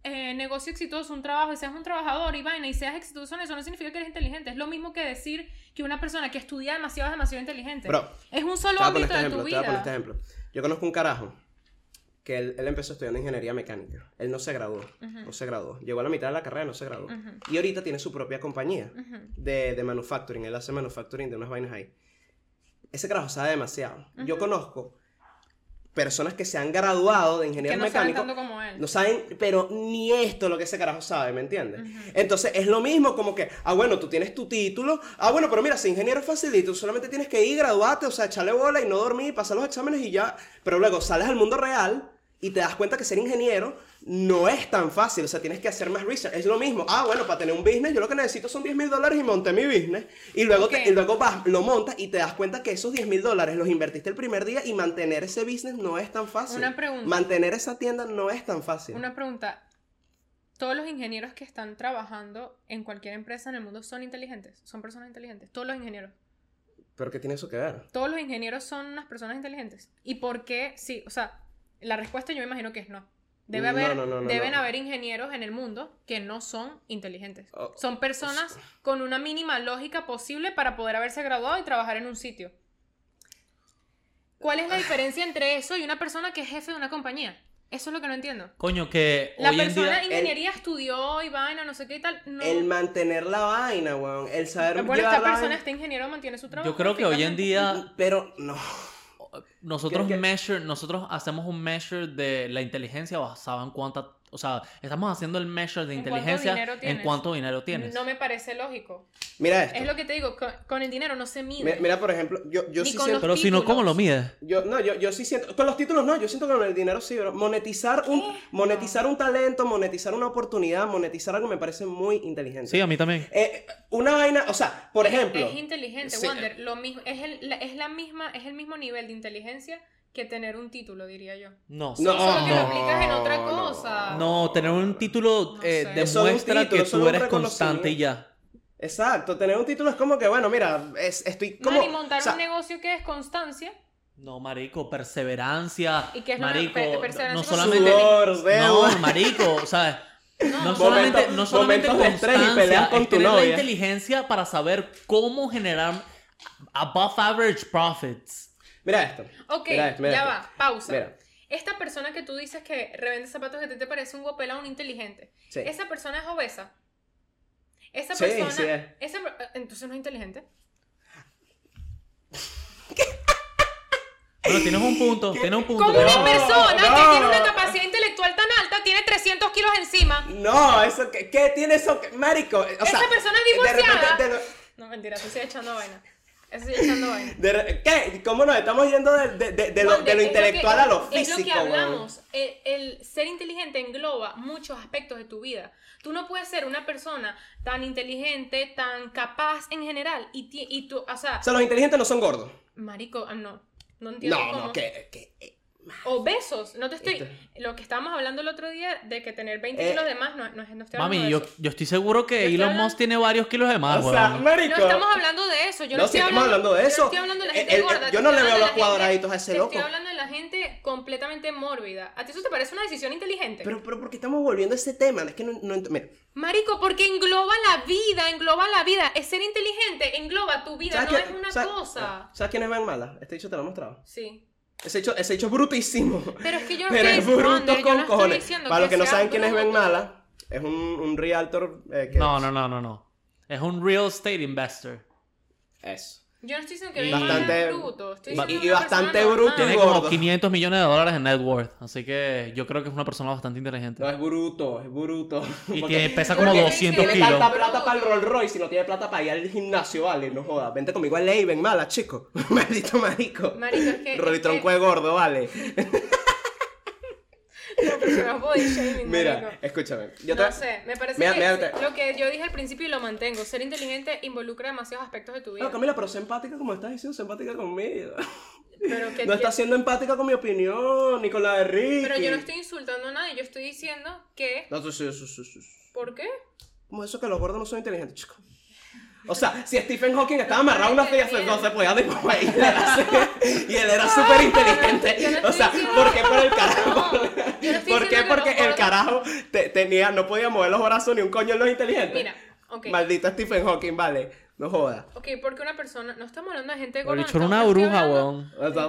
[SPEAKER 2] eh, negocio exitoso, un trabajo, y seas un trabajador y vaina, y seas exitoso en eso, no significa que eres inteligente. Es lo mismo que decir que una persona que estudia demasiado es demasiado inteligente.
[SPEAKER 1] Bro,
[SPEAKER 2] es un
[SPEAKER 1] te
[SPEAKER 2] solo
[SPEAKER 1] voy a poner
[SPEAKER 2] ámbito
[SPEAKER 1] este
[SPEAKER 2] de
[SPEAKER 1] ejemplo,
[SPEAKER 2] tu
[SPEAKER 1] te voy a poner
[SPEAKER 2] vida.
[SPEAKER 1] este ejemplo. Yo conozco un carajo que él, él empezó estudiando ingeniería mecánica. Él no se graduó,
[SPEAKER 2] Ujú.
[SPEAKER 1] no se graduó. Llegó a la mitad de la carrera y no se graduó.
[SPEAKER 2] Ujú,
[SPEAKER 1] Y ahorita tiene su propia compañía
[SPEAKER 2] ujú.
[SPEAKER 1] de, de manufacturing. Él hace manufacturing de unas vainas ahí. Ese carajo sabe demasiado. Yo conozco personas que se han graduado de
[SPEAKER 2] Que
[SPEAKER 1] ingeniero
[SPEAKER 2] no saben
[SPEAKER 1] mecánico
[SPEAKER 2] tanto como él.
[SPEAKER 1] No saben, pero ni esto lo que ese carajo sabe, ¿me entiendes?
[SPEAKER 2] Ujú.
[SPEAKER 1] Entonces es lo mismo como que, ah, bueno, tú tienes tu título, ah, bueno, pero mira, si ingeniero es facilito, solamente tienes que ir, graduarte, o sea, echarle bola y no dormir, pasar los exámenes y ya. Pero luego sales al mundo real y te das cuenta que ser ingeniero no es tan fácil, o sea, tienes que hacer más research. Es lo mismo, ah, bueno, para tener un business, yo lo que necesito son 10 mil dólares y monté mi business. Y luego, te-
[SPEAKER 2] Ok.
[SPEAKER 1] y luego vas, lo montas y te das cuenta que esos 10 mil dólares los invertiste el primer día y mantener ese business no es tan fácil.
[SPEAKER 2] Una pregunta.
[SPEAKER 1] Mantener esa tienda no es tan fácil.
[SPEAKER 2] Una pregunta. Todos los ingenieros que están trabajando en cualquier empresa en el mundo son inteligentes, son personas inteligentes. Todos los ingenieros.
[SPEAKER 1] ¿Pero qué tiene eso que ver?
[SPEAKER 2] Todos los ingenieros son unas personas inteligentes. ¿Y por qué? Sí, o sea, la respuesta yo me imagino que es no. Debe
[SPEAKER 1] No,
[SPEAKER 2] haber,
[SPEAKER 1] no, no, no,
[SPEAKER 2] deben
[SPEAKER 1] no.
[SPEAKER 2] haber ingenieros en el mundo que no son inteligentes.
[SPEAKER 1] Oh,
[SPEAKER 2] son personas con una mínima lógica posible para poder haberse graduado y trabajar en un sitio. ¿Cuál es
[SPEAKER 1] Ah.
[SPEAKER 2] la diferencia entre eso y una persona que es jefe de una compañía? Eso es lo que no entiendo.
[SPEAKER 4] Coño, que
[SPEAKER 2] La
[SPEAKER 4] hoy en
[SPEAKER 2] persona
[SPEAKER 4] día...
[SPEAKER 2] de ingeniería estudió y vaina, no sé qué y tal. No.
[SPEAKER 1] El mantener la vaina, weón. El saber
[SPEAKER 2] bueno,
[SPEAKER 1] llevar
[SPEAKER 2] esta
[SPEAKER 1] la
[SPEAKER 2] persona,
[SPEAKER 1] vaina.
[SPEAKER 2] este ingeniero mantiene su trabajo.
[SPEAKER 4] Yo creo que hoy en día
[SPEAKER 1] Pero no.
[SPEAKER 4] nosotros
[SPEAKER 1] Creo que-
[SPEAKER 4] measure, nosotros hacemos un measure de la inteligencia basado en cuánta, o sea, estamos haciendo el measure de
[SPEAKER 2] ¿En cuánto
[SPEAKER 4] inteligencia
[SPEAKER 2] dinero
[SPEAKER 4] en
[SPEAKER 2] tienes?
[SPEAKER 4] cuánto dinero
[SPEAKER 2] perfectamente.
[SPEAKER 4] tienes.
[SPEAKER 2] No me parece lógico.
[SPEAKER 1] Mira
[SPEAKER 2] Es
[SPEAKER 1] esto.
[SPEAKER 2] lo que te digo, con, con el dinero no se mide.
[SPEAKER 1] Mi- Mira, por ejemplo, yo, yo
[SPEAKER 2] Ni
[SPEAKER 1] sí
[SPEAKER 2] con
[SPEAKER 1] siento.
[SPEAKER 4] Pero si no, ¿cómo lo
[SPEAKER 2] títulos.
[SPEAKER 4] mides?
[SPEAKER 1] Yo, no, yo, yo sí siento. Con los títulos no, yo siento que con el dinero sí, bro. Monetizar un, monetizar un talento, monetizar una oportunidad, monetizar algo me parece muy inteligente.
[SPEAKER 4] Sí, a mí también.
[SPEAKER 1] Eh, una vaina, o sea, por ejemplo.
[SPEAKER 2] es inteligente,
[SPEAKER 1] sí.
[SPEAKER 2] Wander. Lo mismo, es, el, la, es, la misma, es el mismo nivel de inteligencia que tener un título, diría yo.
[SPEAKER 4] No.
[SPEAKER 1] No,
[SPEAKER 2] Solo que lo
[SPEAKER 4] no.
[SPEAKER 2] aplicas en otra
[SPEAKER 1] no.
[SPEAKER 2] cosa.
[SPEAKER 4] No, tener un título
[SPEAKER 2] No
[SPEAKER 4] eh,
[SPEAKER 2] sé.
[SPEAKER 1] Eso es un
[SPEAKER 4] demuestra
[SPEAKER 1] título,
[SPEAKER 4] que
[SPEAKER 1] eso es
[SPEAKER 4] tú
[SPEAKER 1] un
[SPEAKER 4] eres constante y ya.
[SPEAKER 1] Exacto, tener un título es como que, bueno, mira, es- estoy como.
[SPEAKER 2] Mari, montar
[SPEAKER 1] o sea,
[SPEAKER 2] un negocio que es constancia
[SPEAKER 4] No, marico, perseverancia.
[SPEAKER 2] y que es lo más-
[SPEAKER 4] marico,
[SPEAKER 2] per- perseverancia
[SPEAKER 4] no
[SPEAKER 2] con
[SPEAKER 4] solamente.
[SPEAKER 1] sudor, deuda.
[SPEAKER 4] No, marico, ¿sabes? No
[SPEAKER 2] No.
[SPEAKER 4] solamente,
[SPEAKER 1] Momentos-
[SPEAKER 4] no solamente
[SPEAKER 1] momentos de estrés y
[SPEAKER 4] constancia,
[SPEAKER 1] peleas con
[SPEAKER 4] es
[SPEAKER 1] tu
[SPEAKER 4] tener la
[SPEAKER 1] novia.
[SPEAKER 4] inteligencia para saber cómo generar above average profits.
[SPEAKER 1] Mira esto.
[SPEAKER 2] Ok,
[SPEAKER 1] Mira esto, mira
[SPEAKER 2] ya
[SPEAKER 1] esto.
[SPEAKER 2] va, pausa.
[SPEAKER 1] Mira.
[SPEAKER 2] Esta persona que tú dices que revende zapatos que a ti te parece un guapela un inteligente.
[SPEAKER 1] Sí.
[SPEAKER 2] Esa persona es obesa. Esa
[SPEAKER 1] Sí,
[SPEAKER 2] persona.
[SPEAKER 1] sí es.
[SPEAKER 2] esa eh, per- entonces no es inteligente.
[SPEAKER 4] Bueno, tienes un punto, tienes un punto.
[SPEAKER 2] Con
[SPEAKER 4] tienes
[SPEAKER 2] una
[SPEAKER 4] un punto.
[SPEAKER 2] persona que
[SPEAKER 1] no.
[SPEAKER 2] tiene una capacidad intelectual tan alta, tiene 300 kilos encima.
[SPEAKER 1] No, eso que, ¿qué tiene eso que, marico? O sea,
[SPEAKER 2] Esa persona
[SPEAKER 1] de
[SPEAKER 2] es
[SPEAKER 1] repente-
[SPEAKER 2] divorciada.
[SPEAKER 1] de re-
[SPEAKER 2] No, mentira, te estoy echando vaina. Estoy echando vaina.
[SPEAKER 1] de re- ¿Qué? ¿Cómo nos estamos yendo de, de- de- de lo,
[SPEAKER 2] Juan,
[SPEAKER 1] de lo
[SPEAKER 2] es que-
[SPEAKER 1] intelectual a lo físico?
[SPEAKER 2] Es lo que
[SPEAKER 1] weón?
[SPEAKER 2] hablamos. El, el ser inteligente engloba muchos aspectos de tu vida. Tú no puedes ser una persona tan inteligente, tan capaz en general. Y, ti- y tú, o sea,
[SPEAKER 1] O sea, los inteligentes no son gordos.
[SPEAKER 2] marico, ah, no. No entiendo
[SPEAKER 1] No,
[SPEAKER 2] cómo.
[SPEAKER 1] no, que, que- eh,
[SPEAKER 2] Obesos. No te estoy.
[SPEAKER 1] Esto-
[SPEAKER 2] Lo que estábamos hablando el otro día de que tener 20
[SPEAKER 1] Eh,
[SPEAKER 2] kilos de más no, no, no estoy hablando de
[SPEAKER 4] Mami, yo,
[SPEAKER 2] eso.
[SPEAKER 4] yo estoy seguro que
[SPEAKER 2] Yo estoy
[SPEAKER 4] Elon
[SPEAKER 2] hablando-
[SPEAKER 4] Musk tiene varios kilos de más,
[SPEAKER 1] o sea,
[SPEAKER 4] Ah, weón.
[SPEAKER 1] marico.
[SPEAKER 2] No estamos hablando de eso. Yo no,
[SPEAKER 1] No, sí,
[SPEAKER 2] estoy
[SPEAKER 1] estamos hablando de
[SPEAKER 2] yo no
[SPEAKER 1] eso.
[SPEAKER 2] estoy hablando de la gente
[SPEAKER 1] El- el-
[SPEAKER 2] gorda.
[SPEAKER 1] yo
[SPEAKER 2] te
[SPEAKER 1] no
[SPEAKER 2] estoy
[SPEAKER 1] le veo
[SPEAKER 2] hablando de
[SPEAKER 1] los
[SPEAKER 2] la gente-
[SPEAKER 1] cuadraditos a ese
[SPEAKER 2] te
[SPEAKER 1] loco.
[SPEAKER 2] Estoy hablando de la gente completamente mórbida. ¿A ti eso te parece una decisión inteligente?
[SPEAKER 1] Pero, pero, ¿por qué estamos volviendo a ese tema? Es que no, no ent- Mira,
[SPEAKER 2] Marico, porque engloba la vida, engloba la vida. Es ser inteligente, engloba tu vida,
[SPEAKER 1] ¿sabes
[SPEAKER 2] no
[SPEAKER 1] qué-
[SPEAKER 2] es una
[SPEAKER 1] sabes-
[SPEAKER 2] cosa.
[SPEAKER 1] ¿Sabes quién es Van Mala? Este hecho te lo he mostrado.
[SPEAKER 2] Sí.
[SPEAKER 1] Ese hecho, ese hecho es brutísimo.
[SPEAKER 2] Pero es que yo no
[SPEAKER 1] Pero
[SPEAKER 2] estoy
[SPEAKER 1] es bruto
[SPEAKER 2] diciendo, yo no
[SPEAKER 1] con
[SPEAKER 2] estoy
[SPEAKER 1] cojones.
[SPEAKER 2] diciendo
[SPEAKER 1] Para los que no
[SPEAKER 2] sea
[SPEAKER 1] saben quién es
[SPEAKER 2] bruto.
[SPEAKER 1] Ben Mala, es un, un realtor. eh, que
[SPEAKER 4] No, no, no, no, no. Es un real estate investor.
[SPEAKER 1] Eso.
[SPEAKER 2] Yo no estoy diciendo que
[SPEAKER 4] Y-
[SPEAKER 2] Ben Mala es
[SPEAKER 1] Bastante-
[SPEAKER 2] bruto. Estoy
[SPEAKER 1] y-
[SPEAKER 2] diciendo
[SPEAKER 1] y
[SPEAKER 2] una
[SPEAKER 1] bastante
[SPEAKER 2] persona
[SPEAKER 1] bruto.
[SPEAKER 2] normal.
[SPEAKER 4] Tiene
[SPEAKER 1] Ah, gordo.
[SPEAKER 4] como 500 millones de dólares en net worth. Así que yo creo que es una persona bastante inteligente.
[SPEAKER 1] No, es bruto, es bruto.
[SPEAKER 4] Y
[SPEAKER 1] Porque
[SPEAKER 4] tiene, pesa
[SPEAKER 2] porque
[SPEAKER 4] como
[SPEAKER 2] tiene-
[SPEAKER 4] 200
[SPEAKER 1] tiene
[SPEAKER 2] tiene
[SPEAKER 4] kilos.
[SPEAKER 1] tanta plata para el Rolls Royce y no tiene plata para ir al gimnasio, vale. No jodas. Vente conmigo a Ley, Ben Mala, chico. Maldito marico.
[SPEAKER 2] Marico, es que-
[SPEAKER 1] Rolitronco es gordo, vale.
[SPEAKER 2] No, pero se me body shaming,
[SPEAKER 1] Mira,
[SPEAKER 2] marico.
[SPEAKER 1] escúchame. Yo
[SPEAKER 2] no
[SPEAKER 1] te-
[SPEAKER 2] sé, me parece
[SPEAKER 1] Mira,
[SPEAKER 2] que
[SPEAKER 1] mira, te-
[SPEAKER 2] lo que yo dije al principio y lo mantengo. Ser inteligente involucra demasiados aspectos de tu vida.
[SPEAKER 1] No, Camila, pero sé empática como estás diciendo, sé empática conmigo.
[SPEAKER 2] pero que
[SPEAKER 1] No estás siendo empática con mi opinión, ni con la de Ricky.
[SPEAKER 2] Pero yo no estoy insultando a nadie, yo estoy diciendo que.
[SPEAKER 1] No, sí, sí, sí, sí, sí.
[SPEAKER 2] ¿Por qué?
[SPEAKER 1] Como eso que los gordos no son inteligentes, chicos. O sea, si Stephen Hawking estaba amarrado a una silla, se- no se podía de y él era su- y él era súper inteligente.
[SPEAKER 2] Yo no estoy
[SPEAKER 1] O sea,
[SPEAKER 2] diciendo-
[SPEAKER 1] ¿por qué por el carajo?
[SPEAKER 2] No, yo no estoy
[SPEAKER 1] ¿Por qué?
[SPEAKER 2] diciendo que
[SPEAKER 1] Porque
[SPEAKER 2] los
[SPEAKER 1] el
[SPEAKER 2] gordos-
[SPEAKER 1] carajo te- tenía, no podía mover los brazos ni un coño en los inteligentes.
[SPEAKER 2] Mira, ok.
[SPEAKER 1] Maldito Stephen Hawking, vale. No jodas.
[SPEAKER 2] Ok, porque una persona. No estamos hablando de gente
[SPEAKER 4] Por
[SPEAKER 2] gorda.
[SPEAKER 4] dicho,
[SPEAKER 2] no
[SPEAKER 4] era una
[SPEAKER 2] estamos- no estoy
[SPEAKER 4] bruja,
[SPEAKER 2] hablando-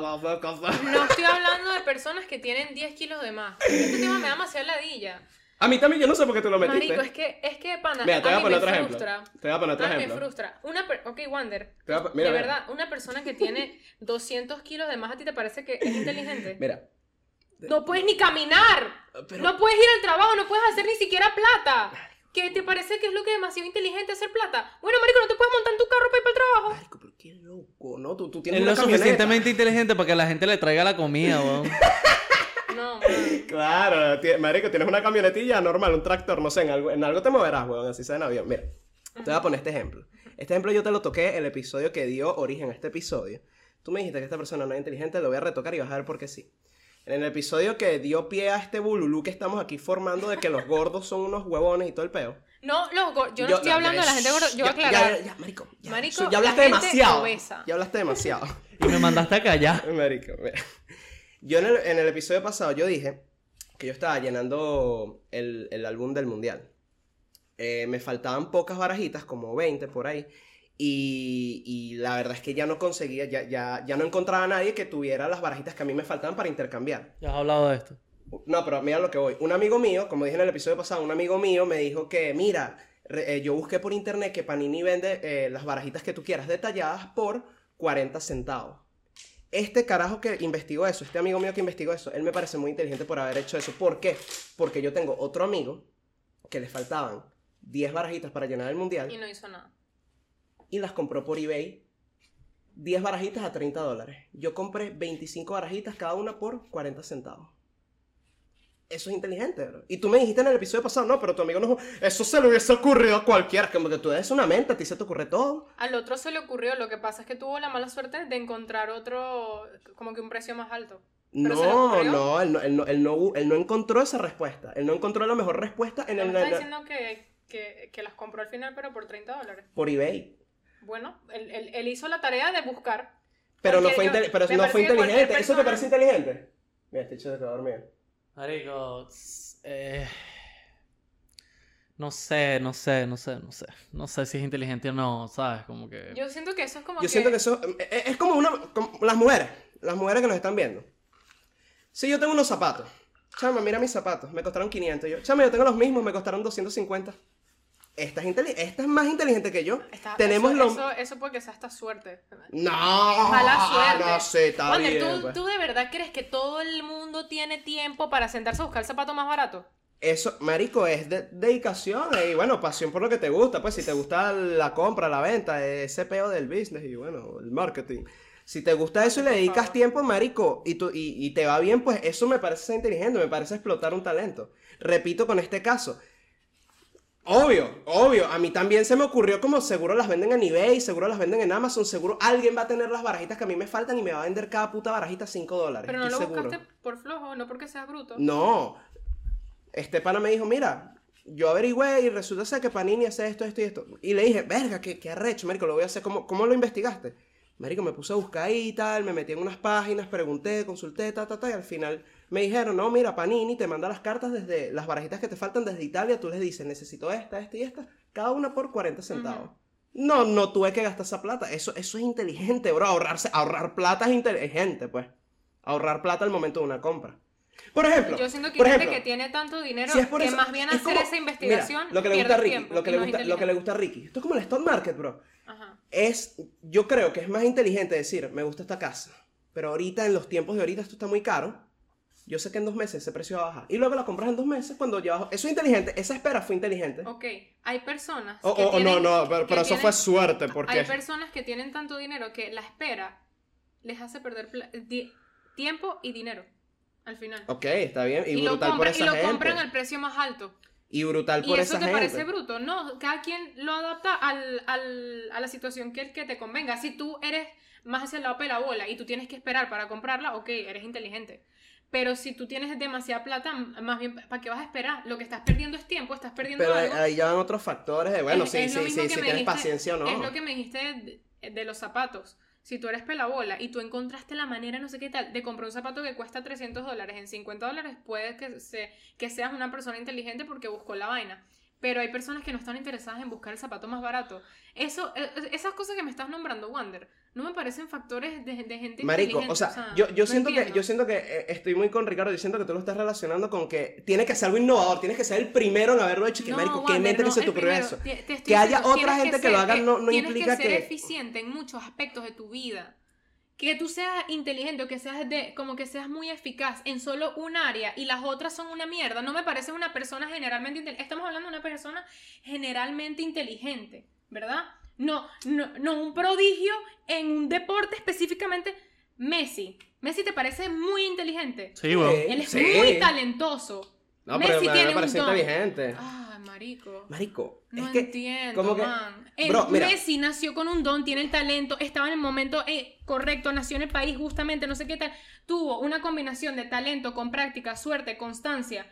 [SPEAKER 1] O
[SPEAKER 4] weón.
[SPEAKER 1] sea, no, no, no, no.
[SPEAKER 2] No estoy hablando de personas que tienen 10 kilos de más. Este tema me da demasiada ladilla.
[SPEAKER 1] A mí también yo no sé por qué tú lo metiste.
[SPEAKER 2] Marico, es que, es que pana.
[SPEAKER 1] Mira, te voy a,
[SPEAKER 2] mí
[SPEAKER 1] poner
[SPEAKER 2] me
[SPEAKER 1] otro ejemplo.
[SPEAKER 2] frustra.
[SPEAKER 1] Te voy a poner otro
[SPEAKER 2] Ah,
[SPEAKER 1] ejemplo.
[SPEAKER 2] me frustra. Una per- ok, Wander.
[SPEAKER 1] Te voy a po- mira,
[SPEAKER 2] de
[SPEAKER 1] mira.
[SPEAKER 2] verdad, una persona que tiene 200 kilos de más, ¿a ti te parece que es inteligente?
[SPEAKER 1] Mira.
[SPEAKER 2] No puedes ni caminar.
[SPEAKER 1] Pero-
[SPEAKER 2] No puedes ir al trabajo, no puedes hacer ni siquiera plata. ¿Qué te parece que es lo que es demasiado inteligente hacer plata? Bueno, marico, no te puedes montar en tu carro para ir para el trabajo.
[SPEAKER 1] Marico, pero qué loco, ¿no? Tú, tú tienes
[SPEAKER 4] Él no
[SPEAKER 1] una
[SPEAKER 4] es
[SPEAKER 1] camioneta.
[SPEAKER 4] suficientemente inteligente para que la gente le traiga la comida, weón.
[SPEAKER 2] No, man.
[SPEAKER 1] Claro, ti- marico, tienes una camionetilla normal, un tractor, no sé, en algo, en algo te moverás, weón, así sea en avión. Mira, te voy a poner este ejemplo. Este ejemplo yo te lo toqué el episodio que dio origen a este episodio. Tú me dijiste que esta persona no es inteligente, lo voy a retocar y vas a ver por qué sí. En el episodio que dio pie a este bululú que estamos aquí formando de que los gordos son unos huevones y todo el peo.
[SPEAKER 2] No, los gor- yo no estoy hablando de la gente gorda. Yo voy a
[SPEAKER 1] ya, ya,
[SPEAKER 2] aclarar.
[SPEAKER 1] ya, ya, marico, ya,
[SPEAKER 2] Marico,
[SPEAKER 1] Eso- ya
[SPEAKER 2] la
[SPEAKER 1] hablaste
[SPEAKER 2] gente
[SPEAKER 1] demasiado.
[SPEAKER 2] obesa.
[SPEAKER 1] Ya hablaste demasiado.
[SPEAKER 4] Y me mandaste a callar.
[SPEAKER 1] Marico, mira. Yo en el, en el episodio pasado yo dije que yo estaba llenando el, el álbum del mundial. Eh, me faltaban pocas barajitas, como 20 por ahí. Y, y la verdad es que ya no conseguía, ya, ya, ya no encontraba a nadie que tuviera las barajitas que a mí me faltaban para intercambiar.
[SPEAKER 4] Ya has hablado de esto.
[SPEAKER 1] No, pero mira lo que voy. Un amigo mío, como dije en el episodio pasado, un amigo mío me dijo que, mira, re- eh, yo busqué por internet que Panini vende eh, las barajitas que tú quieras detalladas por 40 centavos. Este carajo que investigó eso, este amigo mío que investigó eso, él me parece muy inteligente por haber hecho eso. ¿Por qué? Porque yo tengo otro amigo que le faltaban 10 barajitas para llenar el
[SPEAKER 2] Y
[SPEAKER 1] mundial
[SPEAKER 2] no hizo nada.
[SPEAKER 1] y las compró por eBay. 10 barajitas a 30 dólares. Yo compré 25 barajitas, cada una por 40 centavos. Eso es inteligente, bro. Y tú me dijiste en el episodio pasado, no, pero tu amigo no. Eso se le hubiese ocurrido a cualquiera. Como que tú eres una mente, a ti se te ocurre todo.
[SPEAKER 2] Al otro se le ocurrió, lo que pasa es que tuvo la mala suerte de encontrar otro, como que un precio más alto. ¿Pero se le
[SPEAKER 1] No,
[SPEAKER 2] ocurrió?
[SPEAKER 1] no él no, él no, él no, él no encontró esa respuesta. Él no encontró la mejor respuesta en
[SPEAKER 2] No
[SPEAKER 1] el,
[SPEAKER 2] me
[SPEAKER 1] en
[SPEAKER 2] está
[SPEAKER 1] el-
[SPEAKER 2] diciendo que, que, que las compró al final, pero por 30 dólares.
[SPEAKER 1] por eBay.
[SPEAKER 2] Bueno, él, él- él hizo la tarea de buscar.
[SPEAKER 1] Pero no
[SPEAKER 2] Porque
[SPEAKER 1] fue,
[SPEAKER 2] yo-
[SPEAKER 1] inte- pero
[SPEAKER 2] me
[SPEAKER 1] no
[SPEAKER 2] parece
[SPEAKER 1] fue
[SPEAKER 2] que cualquier
[SPEAKER 1] inteligente. ¿Eso te
[SPEAKER 2] persona-
[SPEAKER 1] parece inteligente? Mira, este chico se está dormido.
[SPEAKER 4] Marico, tss, eh, no sé, no sé, no sé, no sé. No sé si es inteligente o no, ¿sabes? Como que...
[SPEAKER 2] Yo siento que eso es como
[SPEAKER 1] Yo siento que eso eh, eh, es como una como las mujeres, las mujeres que nos están viendo. Si yo tengo unos zapatos, chama, mira mis zapatos, me costaron 500. Yo, chama, yo tengo los mismos, me costaron 250. esta es, inteli- esta es más inteligente que yo.
[SPEAKER 2] Está-
[SPEAKER 1] Tenemos
[SPEAKER 2] eso,
[SPEAKER 1] lo.
[SPEAKER 2] eso, eso porque sea esta suerte.
[SPEAKER 1] No, ah,
[SPEAKER 2] Mala suerte.
[SPEAKER 1] no sé, está
[SPEAKER 2] Wander,
[SPEAKER 1] bien.
[SPEAKER 2] ¿tú,
[SPEAKER 1] pues.
[SPEAKER 2] ¿tú de verdad crees que todo el mundo tiene tiempo para sentarse a buscar el zapato más barato?
[SPEAKER 1] Eso, marico, es de- dedicación y bueno, pasión por lo que te gusta. Pues si te gusta la compra, la venta, ese peo del business y bueno, el marketing. Si te gusta eso y le dedicas tiempo, marico, y, tú, y, y te va bien, pues eso me parece ser inteligente, me parece explotar un talento. Repito con este caso. Obvio, obvio. A mí también se me ocurrió como seguro las venden en eBay, seguro las venden en Amazon, seguro alguien va a tener las barajitas que a mí me faltan y me va a vender cada puta barajita 5 dólares.
[SPEAKER 2] Pero no
[SPEAKER 1] estoy
[SPEAKER 2] lo
[SPEAKER 1] seguro.
[SPEAKER 2] buscaste por flojo, no porque seas bruto.
[SPEAKER 1] No. Este pana me dijo, mira, yo averigüé y resulta ser que Panini hace esto, esto y esto. Y le dije, verga, qué, qué arrecho, marico, lo voy a hacer. ¿Cómo, cómo lo investigaste? Marico, me puse a buscar ahí y tal, me metí en unas páginas, pregunté, consulté, ta, ta, ta, y al final me dijeron, no, mira, Panini te manda las cartas desde, las barajitas que te faltan desde Italia, tú les dices, necesito esta, esta y esta, cada una por 40 centavos. No, no tuve que gastar esa plata, eso, eso es inteligente, bro, ahorrarse, ahorrar plata es inteligente, pues. Ahorrar plata al momento de una compra. Por ejemplo,
[SPEAKER 2] Yo siento que
[SPEAKER 1] por
[SPEAKER 2] hay gente
[SPEAKER 1] ejemplo,
[SPEAKER 2] que tiene tanto dinero
[SPEAKER 1] si es por
[SPEAKER 2] que
[SPEAKER 1] eso-
[SPEAKER 2] más bien
[SPEAKER 1] es
[SPEAKER 2] hacer
[SPEAKER 1] como-
[SPEAKER 2] esa investigación
[SPEAKER 1] mira, lo que le
[SPEAKER 2] pierde
[SPEAKER 1] gusta a Ricky,
[SPEAKER 2] tiempo
[SPEAKER 1] lo que,
[SPEAKER 2] y
[SPEAKER 1] le
[SPEAKER 2] no es
[SPEAKER 1] gusta, lo que le gusta a Ricky. Esto es como el stock market, bro.
[SPEAKER 2] inteligente. Ajá.
[SPEAKER 1] Es, yo creo que es más inteligente decir, me gusta esta casa, pero ahorita, en los tiempos de ahorita, esto está muy caro. Yo sé que en dos meses ese precio va a bajar. Y luego la compras en dos meses cuando ya bajó. Eso es inteligente, esa espera fue inteligente.
[SPEAKER 2] Ok, hay personas
[SPEAKER 1] O-
[SPEAKER 2] Oh, que
[SPEAKER 1] o- o no,
[SPEAKER 2] tienen-
[SPEAKER 1] no, pero,
[SPEAKER 2] que
[SPEAKER 1] pero eso
[SPEAKER 2] tienen-
[SPEAKER 1] fue suerte,
[SPEAKER 2] Hay
[SPEAKER 1] porque...
[SPEAKER 2] personas que tienen tanto dinero que la espera les hace perder pla- di- tiempo y dinero al final.
[SPEAKER 1] Ok, está bien, y,
[SPEAKER 2] Y, lo,
[SPEAKER 1] brutal por
[SPEAKER 2] compran, y
[SPEAKER 1] esa
[SPEAKER 2] lo
[SPEAKER 1] gente.
[SPEAKER 2] compran al precio más alto.
[SPEAKER 1] Y brutal
[SPEAKER 2] Y
[SPEAKER 1] por
[SPEAKER 2] eso
[SPEAKER 1] esa
[SPEAKER 2] te
[SPEAKER 1] gente.
[SPEAKER 2] parece bruto, ¿no? Cada quien lo adapta al, al- a la situación que, que te convenga. Si tú eres más hacia el lado de la bola y tú tienes que esperar para comprarla, ok, eres inteligente. Pero si tú tienes demasiada plata, m- más bien, ¿para qué vas a esperar? Lo que estás perdiendo es tiempo, estás perdiendo
[SPEAKER 1] pero ahí,
[SPEAKER 2] algo.
[SPEAKER 1] ahí ya van otros factores de, bueno,
[SPEAKER 2] Es-
[SPEAKER 1] sí,
[SPEAKER 2] es lo
[SPEAKER 1] sí,
[SPEAKER 2] mismo
[SPEAKER 1] sí,
[SPEAKER 2] que
[SPEAKER 1] si
[SPEAKER 2] me
[SPEAKER 1] tienes
[SPEAKER 2] dijiste-
[SPEAKER 1] paciencia o no.
[SPEAKER 2] Es lo que me dijiste de, de los zapatos. Si tú eres pelabola y tú encontraste la manera, no sé qué tal, de comprar un zapato que cuesta 300 dólares en 50 dólares, puede que, se, que seas una persona inteligente porque buscó la vaina. Pero hay personas que no están interesadas en buscar el zapato más barato. Eso, eh, esas cosas que me estás nombrando, Wander, no me parecen factores de, de gente
[SPEAKER 1] Marico,
[SPEAKER 2] inteligente.
[SPEAKER 1] o sea, yo, yo
[SPEAKER 2] no
[SPEAKER 1] siento que,
[SPEAKER 2] entiendo.
[SPEAKER 1] yo siento que eh, estoy muy con Ricardo, yo siento que tú lo estás relacionando con que tiene que ser algo innovador, tienes que ser el primero en haberlo hecho, que
[SPEAKER 2] No,
[SPEAKER 1] marico, qué
[SPEAKER 2] Wander,
[SPEAKER 1] mente
[SPEAKER 2] no,
[SPEAKER 1] que se
[SPEAKER 2] el
[SPEAKER 1] te ocurrió
[SPEAKER 2] primero.
[SPEAKER 1] eso.
[SPEAKER 2] Te- te estoy
[SPEAKER 1] Que haya
[SPEAKER 2] diciendo,
[SPEAKER 1] otra
[SPEAKER 2] tienes
[SPEAKER 1] gente que lo
[SPEAKER 2] ser-
[SPEAKER 1] haga
[SPEAKER 2] eh,
[SPEAKER 1] no- no
[SPEAKER 2] tienes
[SPEAKER 1] implica
[SPEAKER 2] que ser
[SPEAKER 1] que-
[SPEAKER 2] eficiente en muchos aspectos de tu vida. Que tú seas inteligente o que seas de, como que seas muy eficaz en solo un área y las otras son una mierda. No me parece una persona generalmente inteligente. Estamos hablando de una persona generalmente inteligente, ¿verdad? No, no, no un prodigio en un deporte específicamente. Messi. Messi te parece muy inteligente.
[SPEAKER 4] Sí, weón.
[SPEAKER 2] Él es
[SPEAKER 1] Sí.
[SPEAKER 2] muy talentoso.
[SPEAKER 1] No,
[SPEAKER 2] Messi
[SPEAKER 1] pero me-
[SPEAKER 2] tiene
[SPEAKER 1] me
[SPEAKER 2] un
[SPEAKER 1] parece
[SPEAKER 2] don.
[SPEAKER 1] inteligente.
[SPEAKER 2] Ay, marico.
[SPEAKER 1] Marico,
[SPEAKER 2] No
[SPEAKER 1] es que
[SPEAKER 2] entiendo,
[SPEAKER 1] como que-
[SPEAKER 2] man. El
[SPEAKER 1] Bro, mira.
[SPEAKER 2] Messi nació con un don, tiene el talento, estaba en el momento eh, correcto, nació en el país justamente, no sé qué tal. Tuvo una combinación de talento con práctica, suerte, constancia,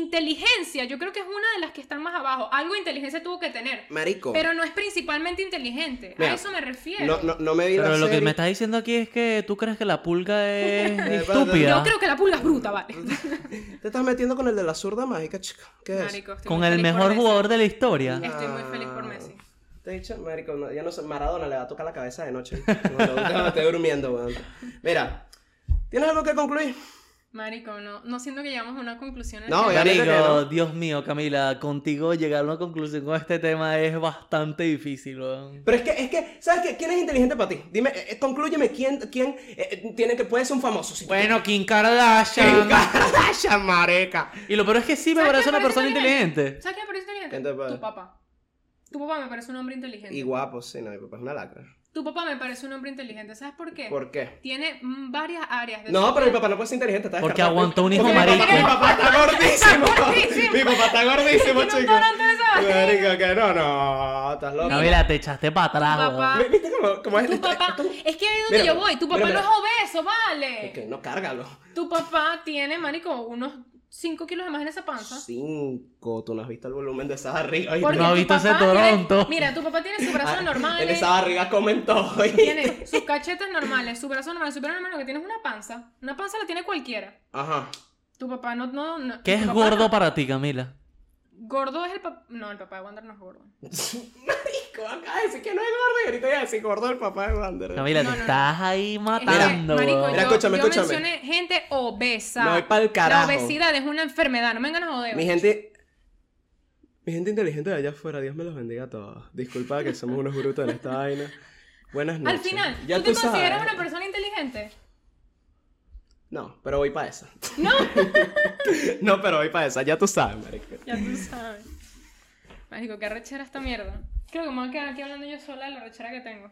[SPEAKER 2] inteligencia. Yo creo que es una de las que están más abajo. Algo de inteligencia tuvo que tener,
[SPEAKER 1] marico,
[SPEAKER 2] pero no es principalmente inteligente.
[SPEAKER 1] Mira,
[SPEAKER 2] a eso me refiero.
[SPEAKER 1] no, no, no me vi
[SPEAKER 4] Pero
[SPEAKER 1] la
[SPEAKER 4] lo que
[SPEAKER 1] serie.
[SPEAKER 4] me estás diciendo aquí es que tú crees que la pulga es
[SPEAKER 2] Yo
[SPEAKER 4] estúpida.
[SPEAKER 2] creo que la pulga es bruta, vale.
[SPEAKER 1] Te estás metiendo con el de la zurda mágica, chico. ¿Qué es?
[SPEAKER 2] Marico, estoy
[SPEAKER 4] Con
[SPEAKER 2] muy
[SPEAKER 4] el
[SPEAKER 2] feliz por
[SPEAKER 4] mejor
[SPEAKER 2] Messi.
[SPEAKER 4] jugador de la historia.
[SPEAKER 2] Estoy muy feliz
[SPEAKER 1] Ah.
[SPEAKER 2] por Messi.
[SPEAKER 1] Te he dicho, marico, no, ya no sé, Maradona le va a tocar la cabeza de noche. Cuando te- esté durmiendo, weón. Mira, ¿tienes algo que concluir?
[SPEAKER 2] Marico, no, no siento que llegamos a una conclusión.
[SPEAKER 1] No,
[SPEAKER 2] al-
[SPEAKER 1] obviamente que no.
[SPEAKER 4] Marico, Dios mío, Camila, contigo llegar a una conclusión con este tema es bastante difícil, weón.
[SPEAKER 1] Pero es que, es que, ¿sabes qué? ¿Quién es inteligente para ti? Dime, eh, eh, conclúyeme, ¿quién, quién eh, eh, tiene que, puede ser un famoso? Si tú
[SPEAKER 4] Bueno, Kim
[SPEAKER 1] ¡Kim
[SPEAKER 4] Kardashian.
[SPEAKER 1] Kardashian, mareca!
[SPEAKER 4] Y lo peor es que sí me
[SPEAKER 2] ¿Sabes
[SPEAKER 4] parece
[SPEAKER 2] qué me
[SPEAKER 4] una persona
[SPEAKER 2] parece inteligente?
[SPEAKER 4] inteligente.
[SPEAKER 2] ¿Sabes qué me parece inteligente?
[SPEAKER 1] ¿Quién te parece?
[SPEAKER 2] Tu papá. Tu papá me parece un hombre inteligente.
[SPEAKER 1] Y guapo, sí, no, mi papá es una lacra.
[SPEAKER 2] Tu papá me parece un hombre inteligente. ¿Sabes por qué?
[SPEAKER 1] ¿Por qué?
[SPEAKER 2] Tiene mm, varias áreas de
[SPEAKER 1] No,
[SPEAKER 2] su-
[SPEAKER 1] pero mi papá no puede ser inteligente, está
[SPEAKER 4] Porque
[SPEAKER 1] descartado.
[SPEAKER 4] aguantó un hijo
[SPEAKER 1] Porque mi
[SPEAKER 4] marico.
[SPEAKER 1] papá- Mi papá está gordísimo.
[SPEAKER 2] gordísimo.
[SPEAKER 1] mi papá está gordísimo,
[SPEAKER 2] Tiene un
[SPEAKER 1] chicos.
[SPEAKER 2] torrente de esa barriga.
[SPEAKER 1] Marico, que no, no, estás loco.
[SPEAKER 4] Camila, te echaste para atrás,
[SPEAKER 2] Tu papá.
[SPEAKER 4] weón.
[SPEAKER 1] ¿Ve- ¿Viste cómo, cómo es
[SPEAKER 2] Tu
[SPEAKER 1] esto?
[SPEAKER 2] papá.
[SPEAKER 1] Esto-
[SPEAKER 2] Es que ahí es donde
[SPEAKER 1] Mira,
[SPEAKER 2] yo voy. Tu papá
[SPEAKER 1] mira, mira.
[SPEAKER 2] no es obeso, vale.
[SPEAKER 1] Ok, no, cárgalo.
[SPEAKER 2] Tu papá tiene, marico, unos 5 kilos de más en esa panza.
[SPEAKER 1] Cinco, tú no has visto el volumen de esa barriga.
[SPEAKER 2] Porque
[SPEAKER 4] No ha
[SPEAKER 2] tu
[SPEAKER 4] visto ese
[SPEAKER 2] papá tiene-
[SPEAKER 4] Toronto.
[SPEAKER 2] mira, tu papá tiene su brazo
[SPEAKER 1] Ah,
[SPEAKER 2] normal.
[SPEAKER 1] En esa barriga comentó.
[SPEAKER 2] Tiene sus cachetes normales, su brazo normal, su pierna normal. Lo que tiene es una panza. Una panza la tiene cualquiera.
[SPEAKER 1] Ajá.
[SPEAKER 2] Tu papá no. no, no-
[SPEAKER 4] ¿Qué
[SPEAKER 2] tu
[SPEAKER 4] es
[SPEAKER 2] papá
[SPEAKER 4] gordo
[SPEAKER 2] no-
[SPEAKER 4] para ti, Camila?
[SPEAKER 2] Gordo es el papá. No, el papá de Wander no es gordo.
[SPEAKER 1] Marico, acaba de decir ah, que no es gordo y ahorita ya a decir gordo el papá de Wander.
[SPEAKER 4] Camila,
[SPEAKER 2] No,
[SPEAKER 4] te
[SPEAKER 2] no,
[SPEAKER 4] estás ahí
[SPEAKER 2] Es que,
[SPEAKER 4] matando,
[SPEAKER 2] marico,
[SPEAKER 4] weón.
[SPEAKER 1] Mira,
[SPEAKER 2] yo,
[SPEAKER 1] escúchame,
[SPEAKER 2] yo
[SPEAKER 1] escúchame.
[SPEAKER 2] mencioné gente obesa.
[SPEAKER 1] Me voy pa'l carajo.
[SPEAKER 2] La obesidad es una enfermedad, no me vengan a joder.
[SPEAKER 1] Mi gente. Mi gente inteligente de allá afuera, Dios me los bendiga a todos. Disculpa que somos unos brutos en esta vaina. Buenas
[SPEAKER 2] Al
[SPEAKER 1] noches.
[SPEAKER 2] final,
[SPEAKER 1] ya
[SPEAKER 2] ¿tú, te
[SPEAKER 1] sabes.
[SPEAKER 2] consideras una persona inteligente?
[SPEAKER 1] No, pero voy para esa. No. no, pero voy para esa. Ya tú sabes, marico.
[SPEAKER 2] Ya tú sabes. Mágico, qué rechera esta mierda. Creo que me voy a quedar aquí hablando yo sola de la rechera que tengo.